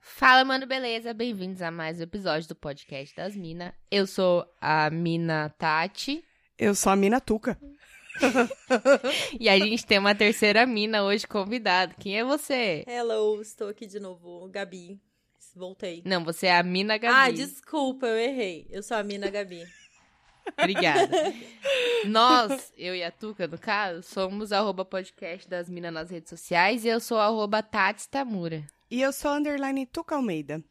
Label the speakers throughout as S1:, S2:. S1: Fala, mano, beleza? Bem-vindos a mais um episódio do podcast das Minas. Eu sou a Mina Tati
S2: Eu sou a Mina Tuca.
S1: e a gente tem uma terceira mina hoje convidada. Quem é você?
S3: Hello, estou aqui de novo, Gabi. Voltei.
S1: Não, você é a Mina Gabi.
S3: Ah, desculpa, eu errei. Eu sou a Mina Gabi.
S1: Obrigada. Nós, eu e a Tuca, no caso, somos arroba podcast das minas nas redes sociais e eu sou arroba Tati Tamura.
S2: E eu sou a underline Tuca Almeida.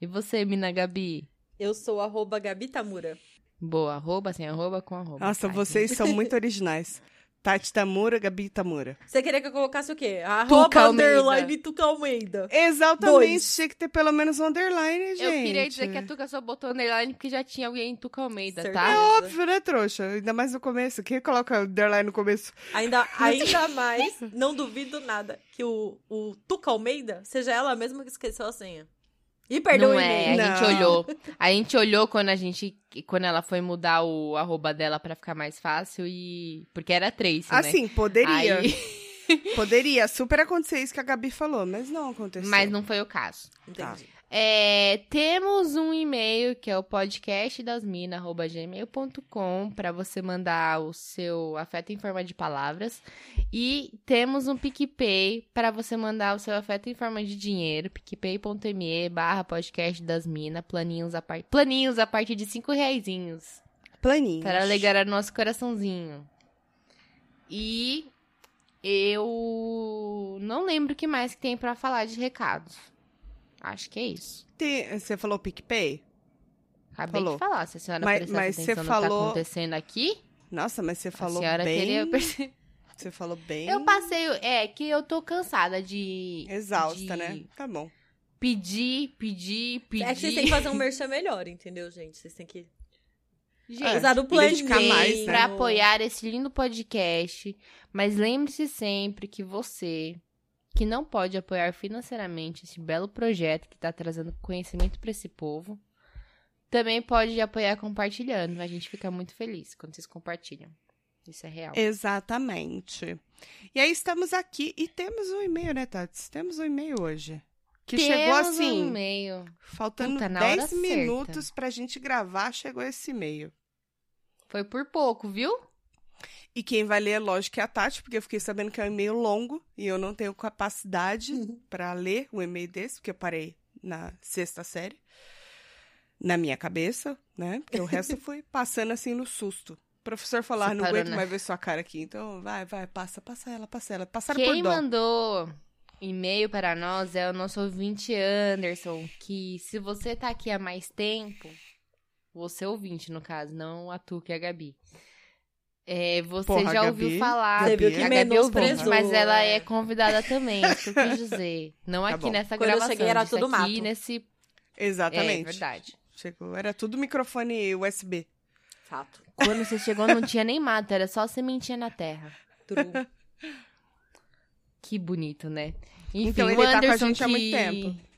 S1: E você, Mina Gabi?
S3: Eu sou arroba Gabi Tamura.
S1: Boa, arroba, sem arroba, com arroba.
S2: Nossa,
S1: Tati.
S2: vocês são muito originais. Tati Tamura, Gabi Tamura.
S3: Você queria que eu colocasse o quê? Arroba
S1: Almeida.
S3: underline Tuca Almeida.
S2: Exatamente,
S3: Dois.
S2: tinha que ter pelo menos um underline, gente.
S1: Eu queria dizer que é a Tuca só botou um underline porque já tinha alguém em Tuca Almeida,
S2: É
S1: tá?
S3: Certeza.
S2: óbvio, né, trouxa? Ainda mais no começo. Quem coloca underline no começo?
S3: Ainda, ainda mais, não duvido nada que o, o Tuca Almeida seja ela mesma que esqueceu a senha. E perdeu
S1: Não
S3: o
S1: é,
S3: e-mail.
S1: a gente
S2: Não.
S1: olhou. A gente olhou quando a gente. Quando ela foi mudar o arroba dela pra ficar mais fácil e. Porque era três, né?
S2: Assim, poderia.
S1: Aí-
S2: Poderia super acontecer isso que a Gabi falou, mas não aconteceu.
S1: Mas não foi o caso.
S3: Entendi.
S1: É, temos um e-mail que é o podcastdasmina@gmail.com para você mandar o seu afeto em forma de palavras e temos um PicPay para você mandar o seu afeto em forma de dinheiro picpay.me barra podcast das mina, planinhos a, par... planinhos a partir de cinco reaisinhos
S2: Planinho.
S1: para alegrar o nosso coraçãozinho e eu não lembro o que mais que tem para falar de recados acho que é isso
S2: Tem- Você falou PicPay?
S1: Acabei
S2: Falou.
S1: de falar, se a senhora
S2: Mas-
S1: prestasse
S2: mas
S1: atenção
S2: você
S1: no que
S2: falou-
S1: tá acontecendo aqui,
S2: Nossa, mas você falou
S1: a senhora
S2: bem.
S1: teria... perce-
S2: Você falou bem.
S1: Eu passei... É, que eu tô cansada de...
S2: Exausta,
S1: de
S2: né? Tá bom.
S1: Pedir, pedir, pedir.
S3: É que vocês têm que fazer um merchan melhor, entendeu, gente? Vocês têm que
S1: Gente,
S3: usar o
S2: dedicar
S3: planinho.
S2: É, mais, né?
S1: pra apoiar esse lindo podcast, mas lembre-se sempre que você, que não pode apoiar financeiramente esse belo projeto que tá trazendo conhecimento pra esse povo, também pode apoiar compartilhando. A gente fica muito feliz quando vocês compartilham. Isso é real.
S2: Exatamente. E aí estamos aqui e temos um e-mail, né, Tati? Temos um e-mail hoje. Que chegou
S1: Temos um
S2: assim,
S1: e-mail.
S2: faltando
S1: Puta, na hora
S2: 10
S1: certa.
S2: minutos pra gente gravar, chegou esse e-mail.
S1: Foi por pouco, viu?
S2: E quem vai ler, lógico, é a Tati, porque eu fiquei sabendo que é um e-mail longo e eu não tenho capacidade
S1: Uhum.
S2: pra ler um e-mail desse, porque eu parei na sexta série, na minha cabeça, né? Porque o resto eu fui passando assim no susto. O professor falar,
S1: Você
S2: não
S1: parou
S2: aguento
S1: na-
S2: mais ver sua cara aqui, então vai, vai, passa, passa ela, passa ela. Passaram
S1: Quem
S2: por dó.
S1: mandou e-mail para nós é o nosso ouvinte Anderson, que se você tá aqui há mais tempo, você ouvinte, no caso, não a Tu que é a Gabi. É, você
S2: Porra,
S1: já
S2: Gabi.
S1: ouviu falar.
S3: Você viu que
S1: a Gabi é ouvinte,
S3: menosprezou.
S1: mas ela é
S3: é.
S1: convidada também, isso que eu quis dizer. Não aqui
S2: Tá bom.
S1: nessa
S3: Quando eu
S1: gravação,
S3: cheguei era
S1: disse
S3: tudo
S1: aqui
S3: mato.
S1: nesse...
S2: Exatamente.
S1: É, verdade.
S2: Chegou, era tudo microfone USB.
S3: Fato.
S1: Quando você chegou não tinha nem mato, era só sementinha na terra.
S3: True.
S1: Que bonito, né? Enfim,
S2: Então, ele
S1: o
S2: tá com a
S1: Anderson
S2: gente
S1: que...
S2: há muito tempo.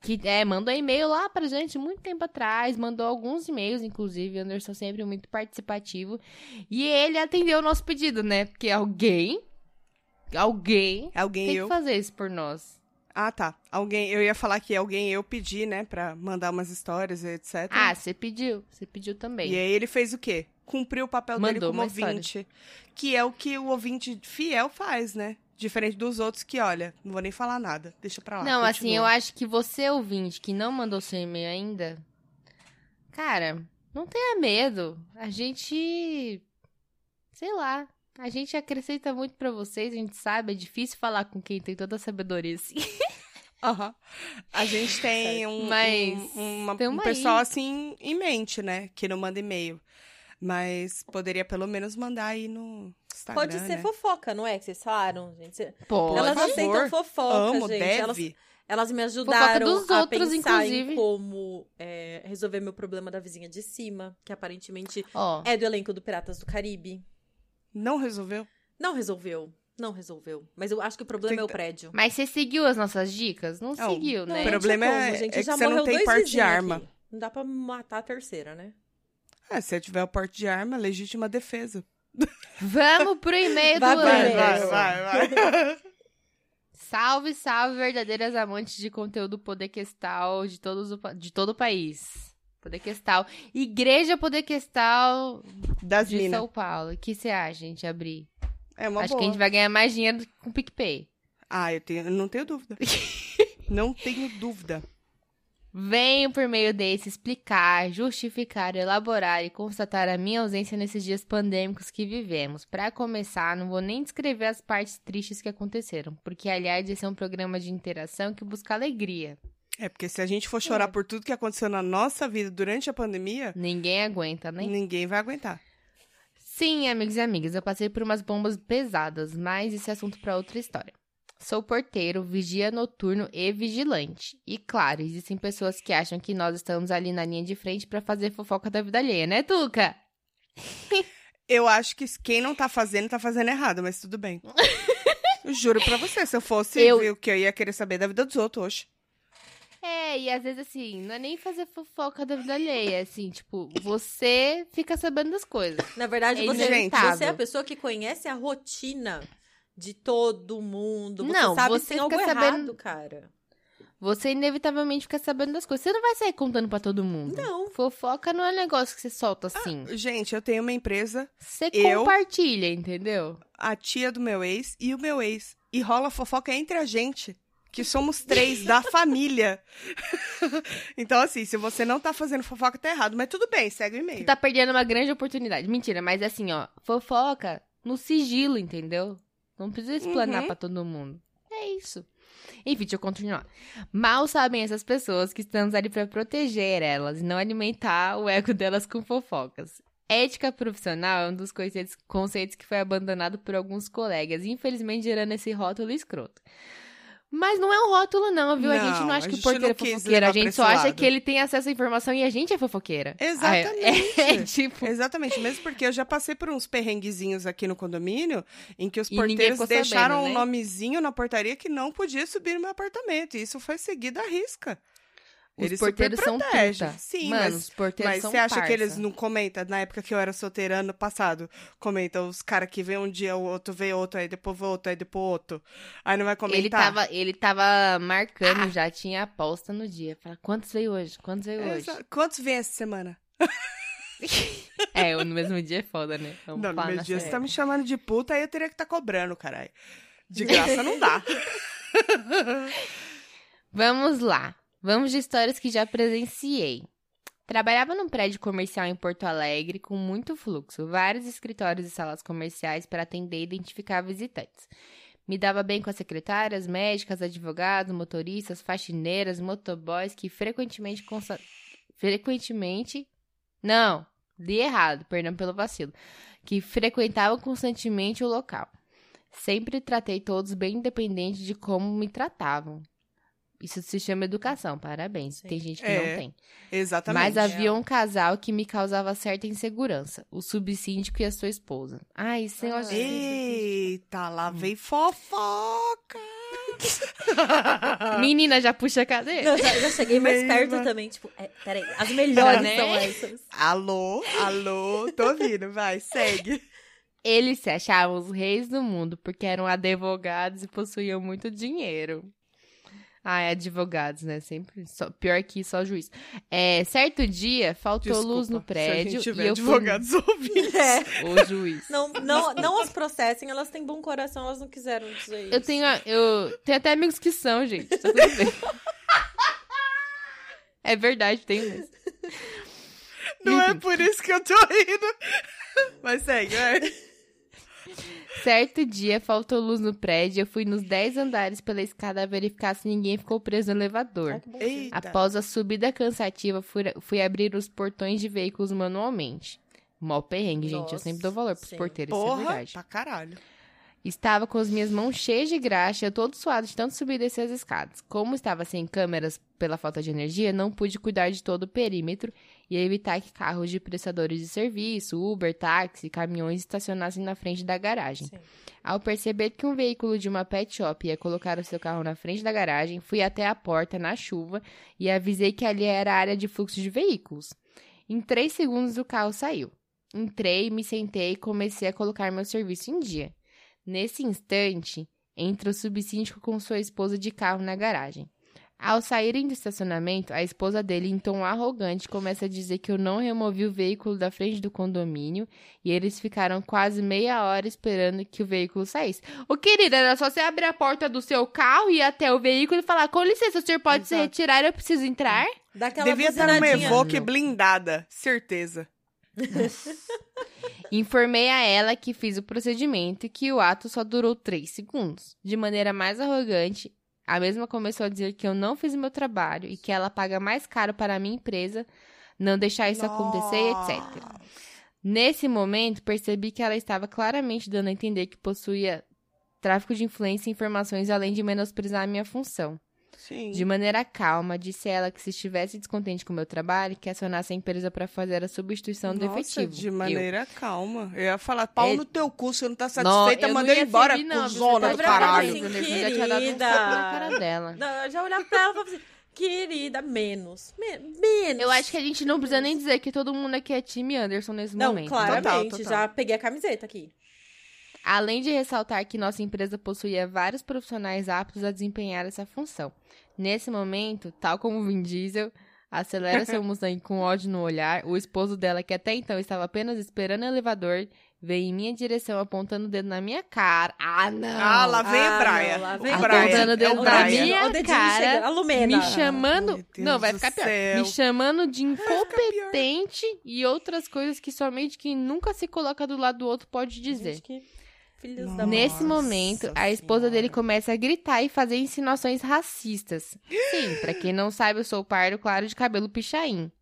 S1: Que, é, mandou e-mail lá pra gente muito tempo atrás, mandou alguns e-mails, inclusive, o Anderson sempre muito participativo. E ele atendeu o nosso pedido, né? Porque alguém, alguém
S2: Alguém
S1: tem
S2: eu.
S1: que fazer isso por nós.
S2: Ah, tá. Alguém, eu ia falar que alguém eu pedi, né, pra mandar umas histórias e etc.
S1: Ah, você pediu, você pediu também.
S2: e aí ele fez o quê? Cumpriu o papel
S1: Mandou
S2: dele como
S1: uma história.
S2: ouvinte, que é o que o ouvinte fiel faz, né? Diferente dos outros que, olha, não vou nem falar nada, deixa pra lá.
S1: Não, assim, eu
S2: continua.
S1: acho que você, ouvinte, que não mandou seu e-mail ainda, cara, não tenha medo. A gente. Sei lá. A gente acrescenta muito pra vocês, a gente sabe, é difícil falar com quem tem toda a sabedoria assim.
S2: Aham. A gente tem um,
S1: Mas
S2: um, uma-
S1: tamo
S2: um pessoal
S1: aí.
S2: assim em mente, né, que não manda e-mail. Mas poderia pelo menos mandar aí no Instagram,
S3: Pode ser
S2: né?
S3: fofoca, não é? Que vocês falaram, gente. Cê-
S1: Pô,
S3: Elas
S2: favor.
S3: aceitam fofoca,
S2: Amo,
S3: gente.
S2: deve.
S3: Elas, elas me ajudaram
S1: dos
S3: a
S1: outros,
S3: pensar
S1: inclusive.
S3: em como é, resolver meu problema da vizinha de cima, que aparentemente
S1: Ó,
S3: é do elenco do Piratas do Caribe.
S2: Não resolveu?
S3: Não resolveu. Não resolveu. Mas eu acho que o problema
S2: Tem
S3: é o
S2: que-
S3: prédio.
S1: mas você seguiu as nossas dicas? Não,
S2: Não,
S1: seguiu,
S3: Não,
S1: né?
S3: não
S2: pera- problema
S3: tinha
S2: é- é que
S3: Já
S2: você não
S3: morreu
S2: tem
S3: dois
S2: porte de
S3: vizinhos
S2: arma.
S3: aqui. Não dá pra matar a terceira, né?
S2: Ah, se eu tiver o porte de arma, legítima defesa.
S1: Vamos pro e-mail do
S3: Vai, vai,
S1: Anderson.
S3: vai,
S2: vai.
S1: Sai Salve, salve, verdadeiras amantes de conteúdo podequestal de, todos o, pa- de todo o país. Podequestal. Igreja Podequestal
S2: Das
S1: de
S2: minas.
S1: São Paulo. O que você acha, gente, abrir?
S2: É uma
S1: Acho
S2: boa.
S1: que a gente vai ganhar mais dinheiro com o PicPay.
S2: Ah, eu, tenho, eu não tenho dúvida. não tenho dúvida.
S1: Venho por meio desse explicar, justificar, elaborar e constatar a minha ausência nesses dias pandêmicos que vivemos. Pra começar, não vou nem descrever as partes tristes que aconteceram, porque aliás esse é um programa de interação que busca alegria.
S2: É porque se a gente for chorar por tudo que aconteceu na nossa vida durante a pandemia,
S1: Ninguém aguenta, né?
S2: ninguém vai aguentar.
S1: Sim, amigos e amigas, eu passei por umas bombas pesadas, mas esse é assunto para outra história. Sou porteiro, vigia noturno e vigilante. E claro, existem pessoas que acham que nós estamos ali na linha de frente pra fazer fofoca da vida alheia, né, Tuca?
S2: Eu acho que quem não tá fazendo, tá fazendo errado, mas tudo bem. Eu juro pra você, se eu fosse
S1: Eu-
S2: ver o que eu ia querer saber da vida dos outros hoje.
S1: É, e às vezes assim, não é nem fazer fofoca da vida alheia, é assim, tipo, você fica sabendo das coisas.
S3: Na verdade,
S1: É
S3: você,
S2: inevitável.
S3: você é a pessoa que conhece a rotina de todo mundo. Você
S1: Não,
S3: sabe
S1: você
S3: se tem algo
S1: fica
S3: errado,
S1: sabendo-
S3: cara.
S1: Você inevitavelmente fica sabendo das coisas. Você não vai sair contando pra todo mundo.
S3: Não.
S1: Fofoca não é um negócio que você solta assim.
S2: Gente, eu tenho uma empresa,
S1: Você
S2: Ah, eu-
S1: compartilha, entendeu?
S2: a tia do meu ex e o meu ex. E rola fofoca entre a gente, que somos três da família. então, assim, se você não tá fazendo fofoca, tá errado. Mas tudo bem, segue o
S1: Você
S2: e-mail.
S1: tá perdendo uma grande oportunidade. Mentira, mas assim, ó, fofoca no sigilo, entendeu? Não precisa explanar
S2: Uhum.
S1: pra todo mundo. É isso. Enfim, deixa eu continuar. Mal sabem essas pessoas que estamos ali pra proteger elas e não alimentar o ego delas com fofocas. Ética profissional é um dos conceitos, conceitos que foi abandonado por alguns colegas, infelizmente gerando esse rótulo escroto. Mas não é um rótulo, não, viu? a
S2: Não,
S1: gente não
S2: a
S1: acha que o
S2: gente não
S1: porteiro é
S2: quis
S1: fofoqueiro, a
S2: levar pra
S1: gente
S2: esse
S1: só acha
S2: lado.
S1: que ele tem acesso à informação e a gente é fofoqueira. Ah,
S2: Exatamente.
S1: é- é tipo,
S2: Exatamente, mesmo porque eu já passei por uns perrenguezinhos aqui no condomínio em que os
S1: E ninguém
S2: porteiros
S1: ficou
S2: deixaram
S1: sabendo,
S2: um
S1: né?
S2: nomezinho na portaria que não podia subir no meu apartamento. E isso foi seguido à risca.
S1: Os
S2: Eles
S1: porteiros
S2: super
S1: são
S2: protegem.
S1: puta.
S2: Sim,
S1: Mano,
S2: mas
S1: os porteiros
S2: Mas
S1: são
S2: você acha
S1: parça.
S2: que eles não comentam? Na época que eu era solteira, ano passado, comentam os caras que vem um dia, o outro vem outro, aí depois vem outro, aí depois outro. Aí não vai comentar. Ah.
S1: Ele tava, ele tava marcando, já tinha aposta no dia. Fala, quantos veio hoje? Quantos veio hoje?
S2: Exa- Quantos vem essa semana?
S1: É, eu no mesmo dia é foda, né? Vamos
S2: não, no
S1: falar
S2: meu
S1: nessa
S2: dia você tá
S1: época.
S2: me chamando de puta, aí eu teria que estar cobrando, caralho. De graça não dá.
S1: Vamos lá. Vamos de histórias que já presenciei. Trabalhava num prédio comercial em Porto Alegre com muito fluxo, vários escritórios e salas comerciais para atender e identificar visitantes. Me dava bem com as secretárias, médicas, advogados, motoristas, faxineiras, motoboys que frequentemente consta... frequentemente não, li errado, perdão pelo vacilo, que frequentavam constantemente o local. Sempre tratei todos bem independente de como me tratavam. Isso se chama educação, parabéns.
S3: Sim.
S1: Tem gente que
S2: É.
S1: não tem.
S2: Exatamente.
S1: Mas havia
S3: Ela.
S1: um casal que me causava certa insegurança. O subsíndico e a sua esposa. Ai, esse
S2: Ah.
S1: negócio de-
S2: Eita, lá
S1: Hum.
S2: vem fofoca!
S1: Menina, já puxa a cadeira.
S3: Eu já, já cheguei mais
S2: Mesma.
S3: perto também. Tipo, é, peraí, as melhores
S1: Né?
S3: são essas.
S2: Alô, alô, tô ouvindo, vai, segue.
S1: Eles se achavam os reis do mundo porque eram advogados e possuíam muito dinheiro. Ai, advogados, né? Sempre. só- pior que só juiz. É, certo dia, faltou luz no
S2: Desculpa, Se a
S1: prédio.
S2: gente
S1: e
S2: tiver
S1: eu fui-
S2: advogados ouvindo.
S3: É.
S1: O juiz.
S3: Não, não, não as processem, elas têm bom coração, elas não quiseram dizer isso.
S1: Eu tenho, a- eu tenho até amigos que são, gente. Tá tudo bem. É verdade, tem mesmo.
S2: Não é
S1: Enfim.
S2: por isso que eu tô rindo. Mas segue, vai.
S1: Certo dia, faltou luz no prédio. Eu fui nos 10 andares pela escada verificar se ninguém ficou preso no
S3: Ai,
S1: elevador.
S3: que bom.
S2: Eita.
S1: Após a subida cansativa, fui, fui abrir os portões de veículos manualmente. Mó perrengue, gente. Eu
S3: Nossa,
S1: sempre dou valor pros
S3: sim.
S1: porteiros, isso é
S2: Porra,
S1: verdade.
S2: pra caralho.
S1: Estava com as minhas mãos cheias de graxa, todo suado de tanto subir e descer as escadas. Como estava sem câmeras pela falta de energia, não pude cuidar de todo o perímetro e evitar que carros de prestadores de serviço, Uber, táxi, caminhões estacionassem na frente da garagem.
S3: Sim.
S1: Ao perceber que um veículo de uma pet shop ia colocar o seu carro na frente da garagem, fui até a porta na chuva e avisei que ali era a área de fluxo de veículos. Em três segundos o carro saiu. Entrei, me sentei e comecei a colocar meu serviço em dia. Nesse instante, entra o subsíndico com sua esposa de carro na garagem. Ao saírem do estacionamento, a esposa dele, em tom arrogante, começa a dizer que eu não removi o veículo da frente do condomínio e eles ficaram quase meia hora esperando que o veículo saísse. Ô, querida, era só você abrir a porta do seu carro e ir até o veículo e falar: com licença, o senhor pode se
S3: Exato.
S1: retirar, eu preciso entrar?
S3: Daquela
S2: Devia estar numa
S3: buzinadinha.
S2: Evoque blindada, certeza.
S1: Informei a ela que fiz o procedimento e que o ato só durou 3 segundos. De maneira mais arrogante, a mesma começou a dizer que eu não fiz o meu trabalho e que ela paga mais caro para a minha empresa não deixar isso acontecer, etc. Nesse momento, percebi que ela estava claramente dando a entender que possuía tráfico de influência e informações, além de menosprezar a minha função.
S2: Sim.
S1: De maneira calma, disse ela que se estivesse descontente com o meu trabalho, que acionasse a empresa para fazer a substituição do
S2: Nossa,
S1: efetivo.
S2: de
S1: Eu,
S2: maneira calma. Eu ia falar, pau
S1: É-
S2: no teu cu, você não tá
S1: Não,
S2: satisfeita,
S1: eu não
S2: manda eu
S1: ia
S2: embora,
S1: servir, não,
S2: cuzona
S1: você
S2: do
S1: tá brava
S2: caralho.
S1: comigo,
S3: Assim,
S1: Anderson, eu já tinha dado um
S3: querida.
S1: tapa na cara dela.
S3: Não, eu já olhava pra ela e falava assim, querida, menos. me- menos.
S1: Eu acho que a gente não precisa nem dizer que todo mundo aqui é time Anderson nesse
S3: Não,
S1: momento. né?
S3: claramente,
S2: Total, total.
S3: já peguei a camiseta aqui.
S1: Além de ressaltar que nossa empresa possuía vários profissionais aptos a desempenhar essa função. Nesse momento, tal como o Vin Diesel, acelera seu Mustang com ódio no olhar, o esposo dela, que até então estava apenas esperando o elevador, veio em minha direção apontando o dedo na minha cara. Ah, não!
S2: Ah, lá vem
S3: Ah,
S2: a Braia.
S3: não, lá
S2: O
S3: vem
S1: a
S2: Braia.
S1: Apontando o
S2: É
S1: dedo
S2: o
S1: na
S2: Braia.
S1: minha
S3: o dedinho
S1: cara,
S3: chega. A Lumena.
S1: Me chamando.
S2: Meu Deus
S1: não, vai
S2: do
S1: ficar pior.
S2: céu.
S1: Me chamando de
S2: pior.
S1: incompetente e outras coisas que somente quem nunca se coloca do lado do outro pode dizer.
S3: Gente, que filhos
S2: Nossa.
S3: da mãe.
S1: Nesse momento, a esposa
S2: Senhora.
S1: dele começa a gritar e fazer insinuações racistas. Sim, pra quem não sabe, eu sou pardo claro de cabelo pichain.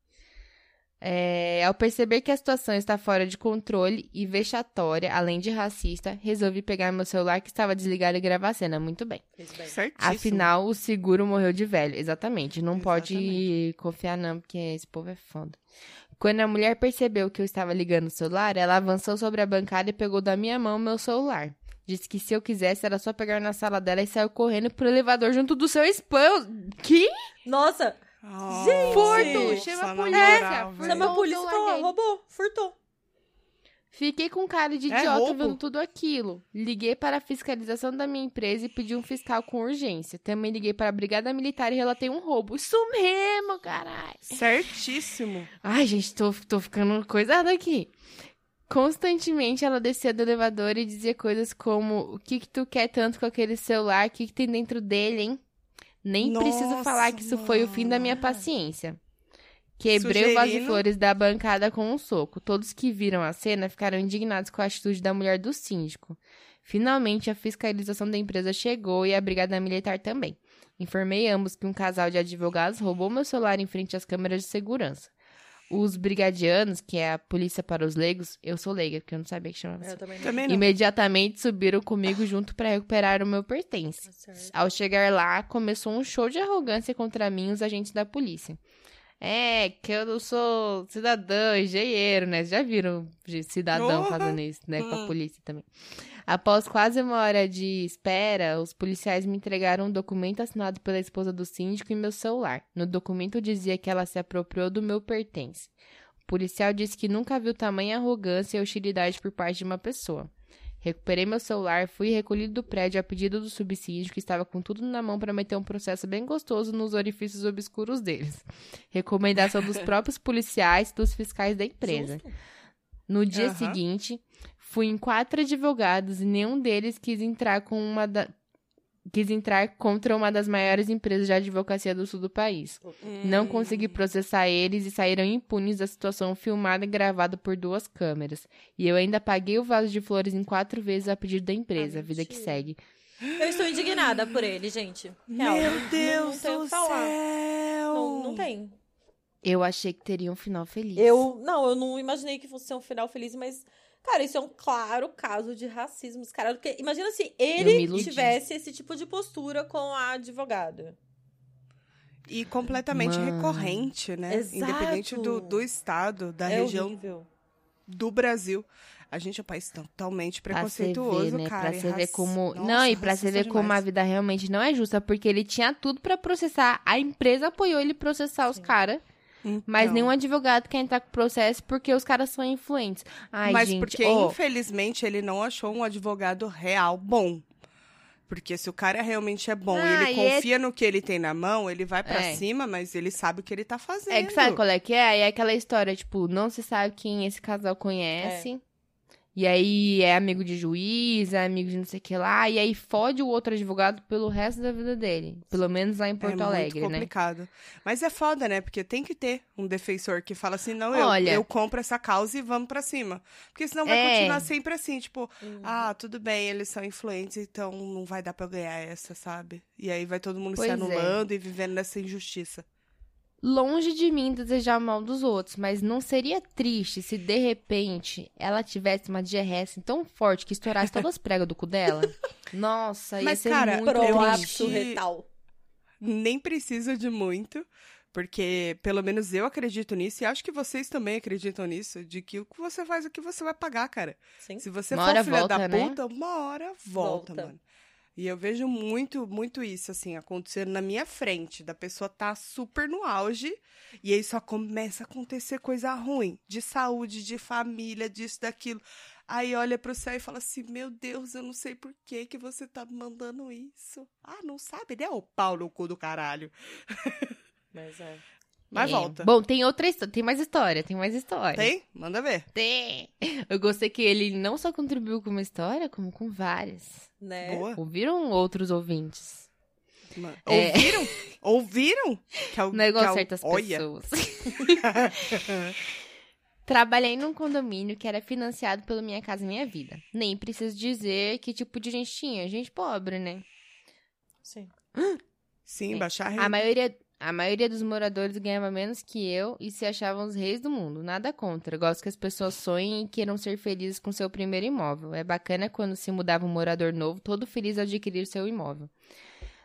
S1: É, ao perceber que a situação está fora de controle e vexatória, além de racista, resolvi pegar meu celular que estava desligado e gravar a cena. Muito bem.
S3: Fez bem.
S2: Certíssimo.
S1: Afinal, o seguro morreu de velho. Exatamente. Não pode
S2: Exatamente.
S1: confiar, não, porque esse povo é foda. Quando a mulher percebeu que eu estava ligando o celular, ela avançou sobre a bancada e pegou da minha mão meu celular. Disse que se eu quisesse, era só pegar na sala dela e saiu correndo pro elevador junto do seu esposo. Que?
S3: Nossa,
S2: Oh,
S3: Gente! Furto,
S1: chama a
S2: na
S1: polícia,
S2: moral,
S1: furto.
S2: velho.
S3: chama a
S1: Roubou,
S3: polícia e fala,
S1: larguei.
S3: roubou, furtou.
S1: Fiquei com cara de
S2: É
S1: idiota
S2: roubo.
S1: vendo tudo aquilo. Liguei para a fiscalização da minha empresa e pedi um fiscal com urgência. Também liguei para a Brigada Militar e relatei um roubo. Isso mesmo, caralho.
S2: Certíssimo.
S1: Ai, gente, tô, tô ficando coisada aqui. Constantemente ela descia do elevador e dizia coisas como: O que que tu quer tanto com aquele celular? O que que tem dentro dele, hein? Nem preciso
S2: Nossa,
S1: falar que isso foi o fim da minha
S2: mano.
S1: paciência. Quebrei o vaso de
S2: Sugerindo.
S1: flores da bancada com um soco. Todos que viram a cena ficaram indignados com a atitude da mulher do síndico. Finalmente, a fiscalização da empresa chegou e a brigada militar também. Informei ambos que um casal de advogados roubou meu celular em frente às câmeras de segurança. Os brigadianos, que é a polícia para os leigos, eu sou leiga, porque eu não sabia que chamava assim.
S3: Eu também não.
S2: Também não.
S1: Imediatamente subiram comigo junto para recuperar o meu pertence.
S3: Tá certo.
S1: Ao chegar lá, começou um show de arrogância contra mim e os agentes da polícia. É, que eu não sou cidadão, engenheiro, né? Já viram de cidadão
S2: Porra!
S1: fazendo isso, né? Com a
S2: Hum.
S1: polícia também. Após quase uma hora de espera, os policiais me entregaram um documento assinado pela esposa do síndico e meu celular. No documento dizia que ela se apropriou do meu pertence. O policial disse que nunca viu tamanha arrogância e hostilidade por parte de uma pessoa. Recuperei meu celular, fui recolhido do prédio a pedido do subsídio, que estava com tudo na mão para meter um processo bem gostoso nos orifícios obscuros deles. Recomendação dos próprios policiais e dos fiscais da empresa.
S3: Justo.
S1: No dia
S2: Aham.
S1: seguinte, fui em quatro advogados e nenhum deles quis entrar com uma da... quis entrar contra uma das maiores empresas de advocacia do sul do país. Não consegui processar eles e saíram impunes da situação filmada e gravada por duas câmeras. E eu ainda paguei o vaso de flores em quatro vezes a pedido da empresa,
S3: Ah,
S1: vida que
S3: mentira.
S1: segue.
S3: Eu estou indignada por ele, gente. Real.
S2: Meu Deus
S3: não, não tem o
S2: do
S3: que falar.
S2: céu.
S3: Não, não tem.
S1: Eu achei que teria um final feliz.
S3: Eu, não, eu não imaginei que fosse ser um final feliz, mas, cara, isso é um claro caso de racismo. Esse cara, porque imagina se
S1: Eu me
S3: ele
S1: iludi.
S3: tivesse esse tipo de postura com a advogada.
S2: E completamente
S1: Mano.
S2: recorrente, né?
S3: Exato.
S2: Independente do, do estado, da
S3: é
S2: região
S3: horrível.
S2: do Brasil. A gente é um país totalmente preconceituoso,
S1: pra você ver, né?
S2: cara.
S1: Pra
S2: e
S1: você ver
S2: raci-
S1: como.
S2: Nossa,
S1: não, e pra você
S2: racista
S1: ver como a
S2: demais.
S1: vida realmente não é justa, porque ele tinha tudo pra processar. A empresa apoiou ele processar os
S3: Sim.
S1: caras, mas é
S2: Então,
S1: nenhum advogado quer entrar com o processo porque os caras são influentes. Ai,
S2: Então, mas
S1: gente,
S2: porque,
S1: tipo, ó,
S2: infelizmente, ele não achou um advogado real bom. Porque se o cara realmente é bom
S1: Ah,
S2: e ele
S1: e é-
S2: confia no que ele tem na mão, ele vai pra
S1: É.
S2: cima, mas ele sabe o que ele tá fazendo.
S1: É que sabe qual é que é? Aí É aquela história, tipo, não se sabe quem esse casal conhece. E aí é amigo de juiz, é amigo de não sei o que lá. E aí fode o outro advogado pelo resto da vida dele. Pelo menos lá em Porto
S2: é
S1: Alegre,
S2: muito
S1: né?
S2: complicado. Mas é foda, né? Porque tem que ter um defensor que fala assim, não, eu,
S1: Olha-
S2: eu compro essa causa e vamos pra cima. Porque senão vai
S1: É.
S2: continuar sempre assim, tipo,
S3: Hum.
S2: ah, tudo bem, eles são influentes, então não vai dar pra eu ganhar essa, sabe? E aí vai todo mundo
S1: Pois
S2: se
S1: é.
S2: anulando e vivendo nessa injustiça.
S1: Longe de mim desejar o mal dos outros, mas não seria triste se de repente ela tivesse uma DRS tão forte que estourasse todas as pregas do cu dela? Nossa, ia
S2: Mas,
S1: ser
S2: cara,
S1: muito triste.
S3: Prolapso
S2: triste.
S3: retal.
S2: Nem precisa de muito, porque pelo menos eu acredito nisso e acho que vocês também acreditam nisso, de que o que você faz, é o que você vai pagar, cara.
S3: Sim.
S2: Se você
S1: Uma
S2: for
S1: hora
S2: filha da
S1: volta, né?
S2: puta, uma hora volta,
S3: Volta.
S2: mano. E eu vejo muito, muito isso, assim, acontecendo na minha frente. Da pessoa tá super no auge e aí só começa a acontecer coisa ruim. De saúde, de família, disso, daquilo. Aí olha pro céu e fala assim, meu Deus, eu não sei por que que você tá me mandando isso. Ah, não sabe, né? O pau no cu do caralho.
S3: Mas é.
S2: Mas
S1: É.
S2: volta.
S1: Bom, tem outra história, tem mais história, tem mais história.
S2: Tem? Manda ver.
S1: Tem. Eu gostei que ele não só contribuiu com uma história, como com várias.
S3: Né?
S2: Boa.
S1: Ouviram outros ouvintes?
S2: Mano,
S1: É.
S2: Ouviram? Ouviram? Que é o-
S1: Não é igual
S2: que é o-
S1: certas
S2: Olha.
S1: pessoas. Trabalhei num condomínio que era financiado pelo Minha Casa Minha Vida. Nem preciso dizer que tipo de gente tinha. Gente pobre, né?
S3: Sim.
S2: Sim,
S1: É.
S2: baixar a
S1: A
S2: renda.
S1: maioria, a maioria dos moradores ganhava menos que eu e se achavam os reis do mundo. Nada contra. Gosto que as pessoas sonhem e queiram ser felizes com seu primeiro imóvel. É bacana quando se mudava um morador novo, todo feliz ao adquirir seu imóvel.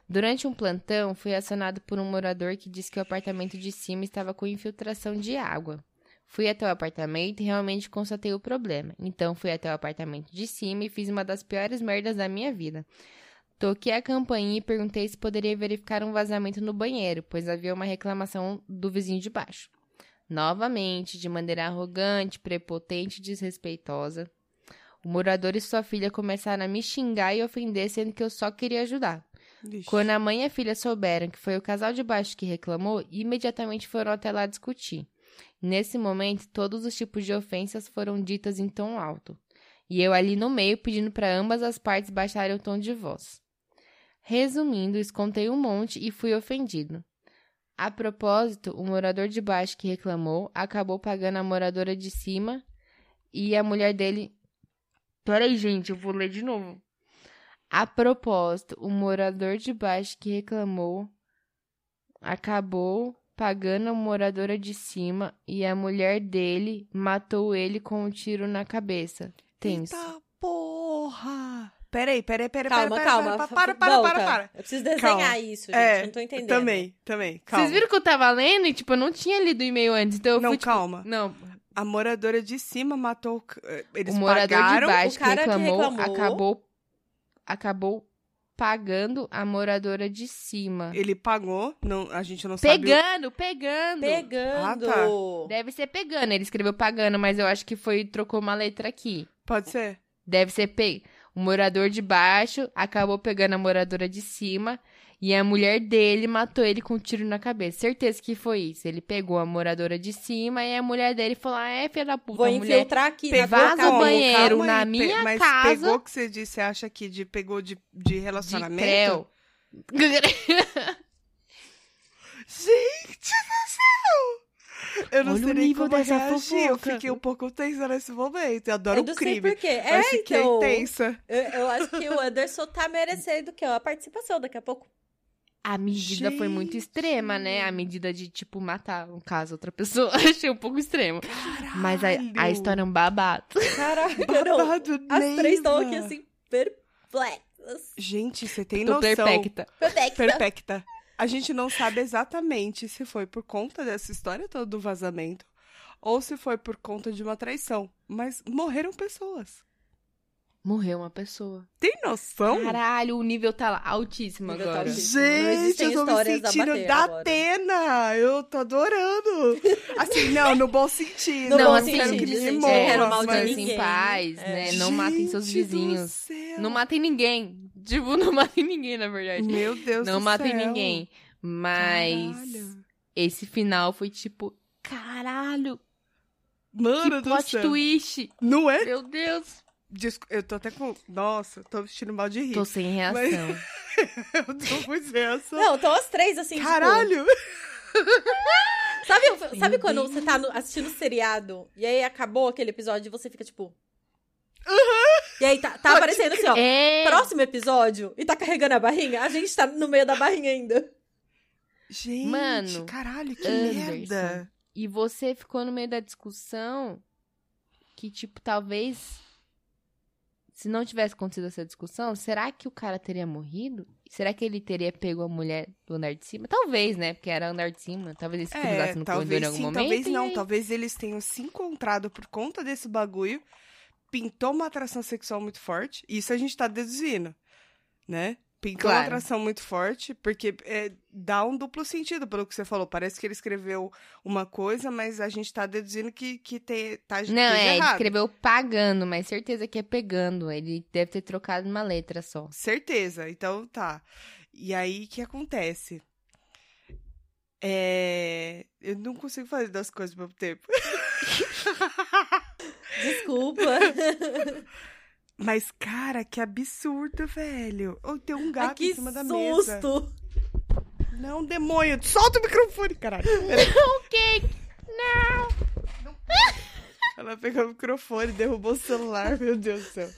S1: Durante um plantão, fui acionado por um morador que disse que o apartamento de cima estava com infiltração de água. Fui até o apartamento e realmente constatei o problema. Então fui até o apartamento de cima e fiz uma das piores merdas da minha vida. Toquei a campainha e perguntei se poderia verificar um vazamento no banheiro, pois havia uma reclamação do vizinho de baixo. Novamente, de maneira arrogante, prepotente e desrespeitosa, o morador e sua filha começaram a me xingar e ofender, sendo que eu só queria ajudar.
S2: Vixe.
S1: Quando a mãe e a filha souberam que foi o casal de baixo que reclamou, imediatamente foram até lá discutir. Nesse momento, todos os tipos de ofensas foram ditas em tom alto, e eu ali no meio pedindo para ambas as partes baixarem o tom de voz. Resumindo, escontei um monte e fui ofendido. A propósito, o morador de baixo que reclamou acabou pagando a moradora de cima e a mulher dele. Peraí, gente, eu vou ler de novo. A propósito, o morador de baixo que reclamou acabou pagando a moradora de cima e a mulher dele matou ele com um tiro na cabeça. Tenso.
S2: Eita porra! Peraí, peraí, peraí,
S3: Calma,
S2: pera,
S3: calma.
S2: pera, para, para,
S3: Volta.
S2: para, para.
S3: Eu preciso desenhar
S2: Calma.
S3: isso, gente.
S2: É,
S3: eu não tô entendendo.
S2: Também, também, calma.
S1: Vocês viram que eu tava lendo e, tipo, eu não tinha lido o e-mail antes, então eu
S2: Não,
S1: fui, tipo,
S2: calma.
S1: Não,
S2: A moradora de cima matou... o c- eh, Eles
S1: o morador
S2: pagaram...
S1: de baixo
S3: o cara que
S1: reclamou,
S3: reclamou.
S1: acabou acabou pagando a moradora de cima.
S2: Ele pagou, não, a gente não sabe... o-
S1: Pegando, pegando.
S3: Pegando.
S2: Ah,
S1: Deve ser pegando. Ele escreveu pagando, mas eu acho que foi trocou uma letra aqui.
S2: Pode ser?
S1: Deve ser pe... o morador de baixo acabou pegando a moradora de cima e a mulher dele matou ele com um tiro na cabeça. Certeza que foi isso. Ele pegou a moradora de cima e a mulher dele falou: "Ah, "É filha da puta,
S3: Vou
S1: a mulher
S3: infiltrar aqui na
S1: Vaza
S3: tua
S1: o
S3: casa.
S1: banheiro na
S2: aí, pe-
S1: minha
S2: mas
S1: casa.
S2: pegou o que você disse, você acha que de, pegou de, de
S1: de
S2: relacionamento?
S1: creu".
S2: Gente do céu! Eu não
S1: Olha
S2: sei
S1: o
S2: nem
S1: nível
S2: como
S1: dessa
S2: reagir, eu
S1: fofoca.
S2: fiquei um pouco tensa nesse momento, eu adoro
S3: Eu
S2: o
S3: não sei
S2: crime.
S3: por quê. É,
S2: Mas fiquei
S3: então.
S2: tensa.
S3: Eu, eu acho que o Anderson tá merecendo o quê? A participação daqui a pouco.
S1: A medida foi muito
S2: Gente.
S1: extrema, né? A medida de tipo matar, no caso, outra pessoa, achei um pouco extremo. Mas a, a
S2: Caralho!
S1: história é um babado.
S3: Caraca, não.
S2: Babado,
S3: As três estão aqui
S2: Neiva.
S3: assim, perplexas.
S2: Gente, você tem
S1: Tô
S2: noção.
S1: perpecta.
S3: Perplexas.
S2: Perfecta. A gente não sabe exatamente se foi por conta dessa história toda do vazamento ou se foi por conta de uma traição. Mas morreram pessoas.
S1: Morreu uma pessoa.
S2: Tem noção?
S1: Caralho, o nível tá lá, altíssimo
S3: Então? O nível tá
S1: agora.
S3: altíssimo. Não
S2: Gente,
S3: existem
S2: eu tô me
S3: histórias a
S2: sentindo
S3: bater
S2: da
S3: agora.
S2: Atena. Eu tô adorando. Assim, não, no bom sentido.
S3: No
S1: não,
S3: bom
S1: assim,
S2: quero
S3: sentido,
S2: que
S3: gente,
S2: ninguém
S3: eu
S1: é
S2: morra,
S3: quero um mal de
S2: mas-
S1: fiquem assim, em
S3: ninguém.
S1: paz,
S3: É.
S1: né? Não matem seus
S2: Gente do
S1: vizinhos.
S2: céu.
S1: Não matem ninguém. Tipo, não matem ninguém, na verdade.
S2: Meu Deus
S1: não
S2: do
S1: matem
S2: céu.
S1: ninguém. Mas
S2: Caralho.
S1: esse final foi tipo, caralho,
S2: Mano
S1: que
S2: do
S1: plot
S2: céu.
S1: twist.
S2: Não é?
S1: Meu Deus.
S2: Desco- Eu tô até com. Nossa, tô vestindo mal de rir.
S1: Tô sem reação.
S2: Eu tô muito essa.
S3: Não, então as três, assim, tipo,
S2: Caralho!
S3: sabe, sabe quando você tá no- assistindo seriado e aí acabou aquele episódio e você fica, tipo... E aí tá, tá aparecendo assim, ó.
S1: É.
S3: Próximo episódio e tá carregando a barrinha, a gente tá no meio da barrinha ainda.
S2: Gente,
S1: Mano,
S2: caralho, que
S1: Anderson.
S2: merda.
S1: E você ficou no meio da discussão que, tipo, talvez. Se não tivesse acontecido essa discussão, será que o cara teria morrido? Será que ele teria pego a mulher do andar de cima? Talvez, né? Porque era andar de cima. Talvez eles se
S2: É,
S1: cruzassem no corredor em
S2: talvez
S1: algum
S2: sim,
S1: momento.
S2: talvez
S1: e
S2: não.
S1: aí-
S2: Talvez eles tenham se encontrado por conta desse bagulho. Pintou uma atração sexual muito forte. Isso a gente tá deduzindo, né? Pintou uma
S1: Claro.
S2: atração muito forte, porque é, dá um duplo sentido pelo que você falou. Parece que ele escreveu uma coisa, mas a gente tá deduzindo que, que te, tá
S1: Não, é, ele
S2: errado.
S1: escreveu pagando, mas certeza que é pegando. Ele deve ter trocado uma letra só.
S2: Certeza. Então tá. E aí o que acontece? É... Eu não consigo fazer duas coisas ao mesmo tempo.
S3: Desculpa.
S2: Mas, cara, que absurdo, velho. Ou tem um gato
S3: Ai, que
S2: em cima da mesa.
S3: susto.
S2: Não, demônio. Solta o microfone, caralho. Peraí.
S1: Ok,
S2: Ela pegou o microfone, derrubou o celular, meu Deus do céu.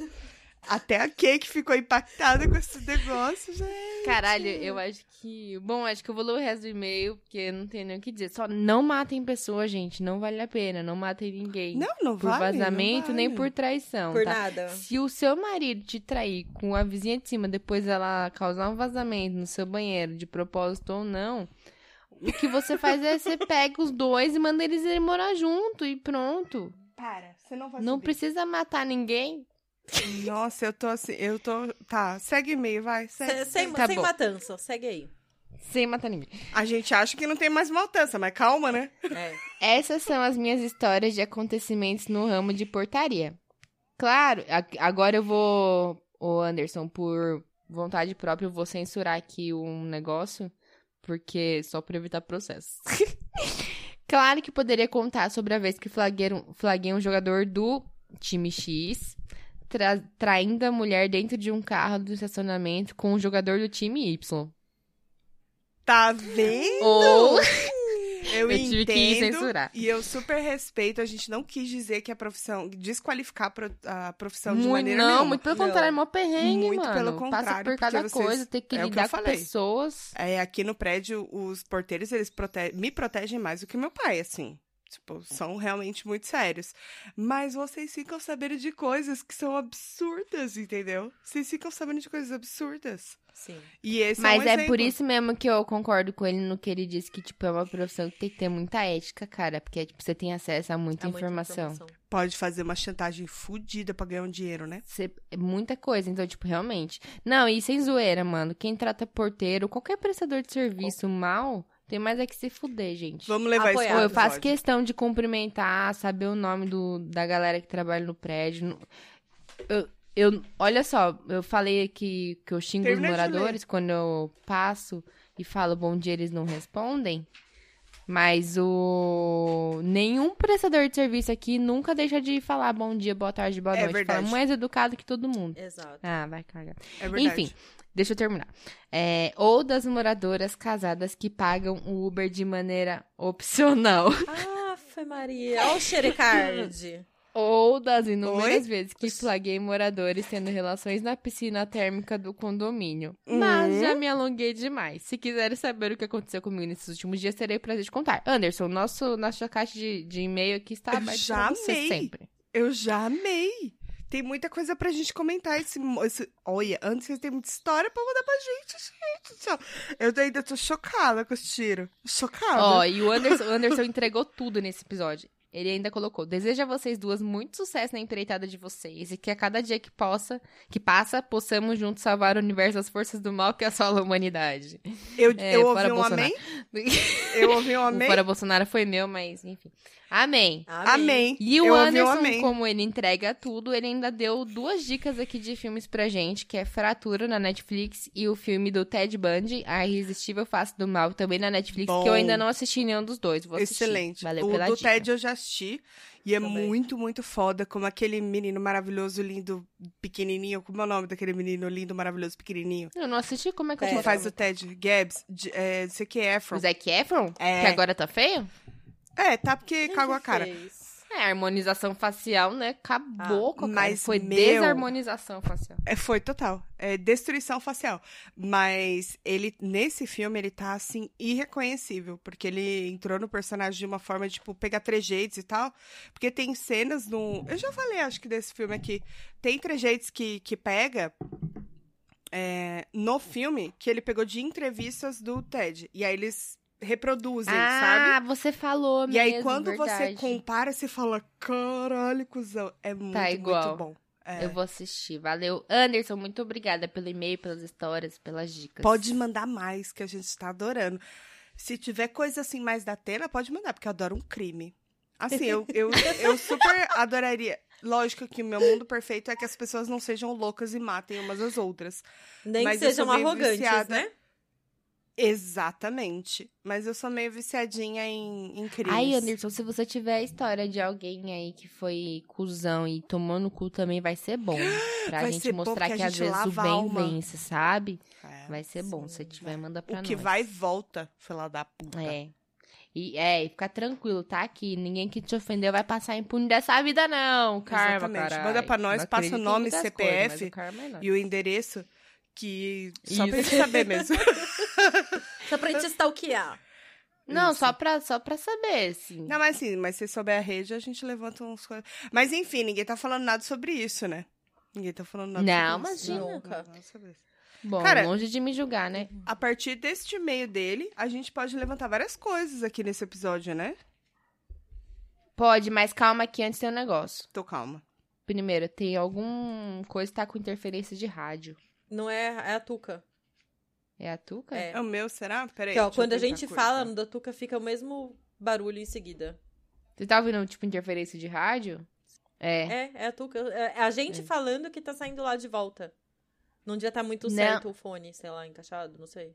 S2: Até a Cake ficou impactada com esse negócio, gente.
S1: Caralho, eu acho que. Bom, acho que eu vou ler o resto do e-mail, porque não tem nem o que dizer. Só não matem pessoas, gente. Não vale a pena. Não matem ninguém.
S2: Não, não
S1: por
S2: vale. não
S1: vazamento, nem
S2: vale.
S1: por traição.
S3: Por
S1: tá?
S3: nada.
S1: Se o seu marido te trair com a vizinha de cima, depois ela causar um vazamento no seu banheiro, de propósito ou não, o que você faz é você pega os dois e manda eles irem morar junto e pronto.
S2: Para, você não vai
S1: Não
S2: subir.
S1: precisa matar ninguém.
S2: Nossa, eu tô assim, eu tô... Tá, segue e-mail, vai, segue.
S3: Se- Sem,
S1: Tá
S3: sem
S1: bom.
S3: matança, segue aí.
S1: Sem matar ninguém.
S2: A gente acha que não tem mais maltança, mas calma, né?
S3: É.
S1: Essas são as minhas histórias de acontecimentos no ramo de portaria. Claro, a- agora eu vou, ô Anderson, por vontade própria, eu vou censurar aqui um negócio, porque só pra evitar processo. claro que poderia contar sobre a vez que flaguei um, flaguei um jogador do time X tra- traindo a mulher dentro de um carro do estacionamento com um jogador do time Y.
S2: Tá vendo?
S1: Ou Eu
S2: Eu,
S1: tive que
S2: entendo,
S1: censurar.
S2: E eu super respeito. A gente não quis dizer que a profissão. desqualificar a pro- a profissão de
S1: Muito-
S2: maneira
S1: não,
S2: nenhuma.
S1: muito pelo
S3: Não.
S1: contrário, é mó perrengue,
S2: Muito
S1: mano.
S2: pelo
S1: Passa
S2: contrário,
S1: por
S2: porque
S1: cada
S2: vocês-
S1: coisa, tem que
S2: é o que
S1: lidar
S2: eu
S1: com
S2: falei.
S1: pessoas.
S2: É, aqui no prédio, os porteiros, eles prote- me protegem mais do que meu pai, assim. Tipo, são realmente muito sérios. Mas vocês ficam sabendo de coisas que são absurdas, entendeu? Vocês ficam sabendo de coisas absurdas.
S3: Sim.
S2: E esse
S1: Mas
S2: é um
S1: é
S2: exemplo.
S1: por isso mesmo que eu concordo com ele no que ele disse que, tipo, é uma profissão que tem que ter muita ética, cara. Porque, tipo, você tem acesso a muita,
S3: Há muita
S1: informação.
S2: Pode fazer uma chantagem fodida pra ganhar um dinheiro, né?
S1: Você- é muita coisa, então, tipo, realmente. Não, e sem zoeira, mano. Quem trata porteiro, qualquer prestador de serviço mal, tem mais é que se fuder, gente.
S2: Vamos levar isso
S3: Apoiar.
S2: pro
S1: Ou É, eu faço
S2: episódio.
S1: questão de cumprimentar, saber o nome do, da galera que trabalha no prédio. Não- Eu, eu- olha só, eu falei que, que eu xingo
S2: Termina
S1: os
S2: de ler.
S1: moradores quando eu passo e falo bom dia, eles não respondem. Mas o. Nenhum prestador de serviço aqui nunca deixa de falar bom dia, boa tarde, boa
S2: É
S1: noite. Fala
S2: verdade.
S1: mais educado que todo mundo.
S3: Exato.
S1: Ah, vai cagar.
S2: É verdade.
S1: Enfim, deixa eu terminar. É, ou das moradoras casadas que pagam o Uber de maneira opcional.
S3: Afe Maria. Olha o xerecard.
S1: Ou das inúmeras
S2: Oi?
S1: vezes que flaguei moradores tendo relações na piscina térmica do condomínio.
S2: Hum.
S1: Mas já me alonguei demais. Se quiserem saber o que aconteceu comigo nesses últimos dias, terei o prazer de contar. Anderson, nosso, nossa caixa de, de e-mail aqui está
S2: Eu
S1: aberta
S2: já
S1: para você
S2: amei.
S1: sempre.
S2: Eu já amei. Tem muita coisa pra gente comentar. Esse, mo- esse- olha, antes vocês têm muita história pra mandar pra gente, gente. do céu. Eu ainda tô chocada com esse tiro. Chocada.
S1: Ó, e o Anderson, o Anderson entregou tudo nesse episódio. Ele ainda colocou: Desejo a vocês duas muito sucesso na empreitada de vocês e que a cada dia que possa, que passa, possamos juntos salvar o universo das forças do mal que assola a humanidade.
S2: Eu,
S1: É,
S2: eu ouvi
S1: fora
S2: um
S1: Bolsonaro.
S2: amém? Eu ouvi um
S1: O
S2: amém?
S1: Fora Bolsonaro foi meu, mas enfim. Amém.
S2: Amém.
S1: E o
S2: eu ouvi um
S1: Anderson,
S2: amém.
S1: como ele entrega tudo, ele ainda deu duas dicas aqui de filmes pra gente, que é Fratura na Netflix e o filme do Ted Bundy, A Irresistível Face do Mal, também na Netflix,
S2: Bom.
S1: que eu ainda não assisti nenhum dos dois. Vou assistir.
S2: Excelente.
S1: Valeu
S2: o
S1: pela
S2: do
S1: dica.
S2: Ted eu já assisti. E é
S3: Também.
S2: muito, muito foda. Como aquele menino maravilhoso, lindo, pequenininho. Como é o nome daquele menino lindo, maravilhoso, pequenininho?
S1: Eu não assisti, como é que eu
S3: É.
S2: Que
S1: tô
S2: faz o Ted? Gabbs? de- É, não sei que é,
S1: O Zac Efron?
S2: É.
S1: Que agora tá feio?
S2: É, tá porque
S3: Quem
S2: cagou a
S3: que
S2: cara.
S3: fez?
S1: É, a harmonização facial, né? Acabou com a cara.
S2: Ah, mas
S1: Foi
S2: meu-
S1: desarmonização facial.
S2: É, foi total. É destruição facial. Mas ele, nesse filme, ele tá assim, irreconhecível. Porque ele entrou no personagem de uma forma, tipo, pegar trejeitos e tal. Porque tem cenas no. Eu já falei, acho que desse filme aqui. Tem trejeitos que, que pega. é, no filme que ele pegou de entrevistas do Ted. E aí eles reproduzem, sabe?
S1: Ah, você falou
S2: E aí,
S1: mesmo,
S2: quando você
S1: verdade. Tá
S2: compara, você fala: caralho, cuzão. É muito,
S1: igual.
S2: muito bom. É.
S1: Eu vou assistir. Valeu. Anderson, muito obrigada pelo e-mail, pelas histórias, pelas dicas.
S2: Pode mandar mais, que a gente tá adorando. Se tiver coisa assim mais da Atena, pode mandar, porque eu adoro um crime. Assim, eu, eu, eu super adoraria. Lógico que o meu mundo perfeito é que as pessoas não sejam loucas e matem umas às outras.
S3: Nem
S2: Mas
S3: que
S2: eu
S3: sejam
S2: sou meio
S3: arrogantes,
S2: viciada.
S3: né?
S2: Exatamente. Mas eu sou meio viciadinha em, em crimes.
S1: Aí, Anderson, se você tiver a história de alguém aí que foi cuzão e tomou no cu também, vai ser bom. Pra
S2: Vai
S1: gente
S2: ser bom,
S1: mostrar
S2: porque a
S1: que às
S2: gente
S1: vezes o
S2: lava a
S1: bem
S2: alma.
S1: vence, sabe?
S2: É.
S1: Vai ser bom. Se tiver, manda pra
S2: o
S1: nós.
S2: que vai, volta, fila da puta.
S1: É. E, é, e fica tranquilo, tá? Que ninguém que te ofendeu vai passar impune dessa vida, não. Karma,
S2: Exatamente.
S1: carai.
S2: Manda pra nós,
S1: Não
S2: passa o
S1: acredito em
S2: nome,
S1: muitas
S2: CPF,
S1: coisas, mas o karma é nós.
S2: E o endereço, que só pra
S1: Isso.
S2: gente saber mesmo.
S3: Só pra gente stalkear.
S1: Não,
S2: Isso.
S1: só pra, só pra saber, assim.
S2: Não, mas assim, mas se souber a rede, a gente levanta uns coisas. Mas enfim, ninguém tá falando nada sobre isso, né? Ninguém tá falando nada
S1: Não,
S2: sobre isso.
S1: imagina,
S3: cara.
S2: nada sobre isso.
S1: Bom,
S2: Cara-
S1: longe de me julgar, né?
S2: A partir deste e-mail dele, a gente pode levantar várias coisas aqui nesse episódio, né?
S1: Pode, mas calma que antes tem um negócio.
S2: Tô calma.
S1: Primeiro, tem algum coisa que tá com interferência de rádio.
S3: Não é, é a Tuca.
S1: É a Tuca?
S3: É.
S2: É o meu, será? Peraí.
S3: Porque, ó,
S2: deixa eu
S3: quando a
S2: ver
S3: gente
S2: outra coisa.
S3: fala no da Tuca, fica o mesmo barulho em seguida.
S1: Você tá ouvindo, tipo, interferência de rádio? É.
S3: É, é a Tuca. É é a gente
S1: É.
S3: falando que tá saindo lá de volta. Não devia estar muito
S1: Não.
S3: certo o fone, sei lá, encaixado, não sei.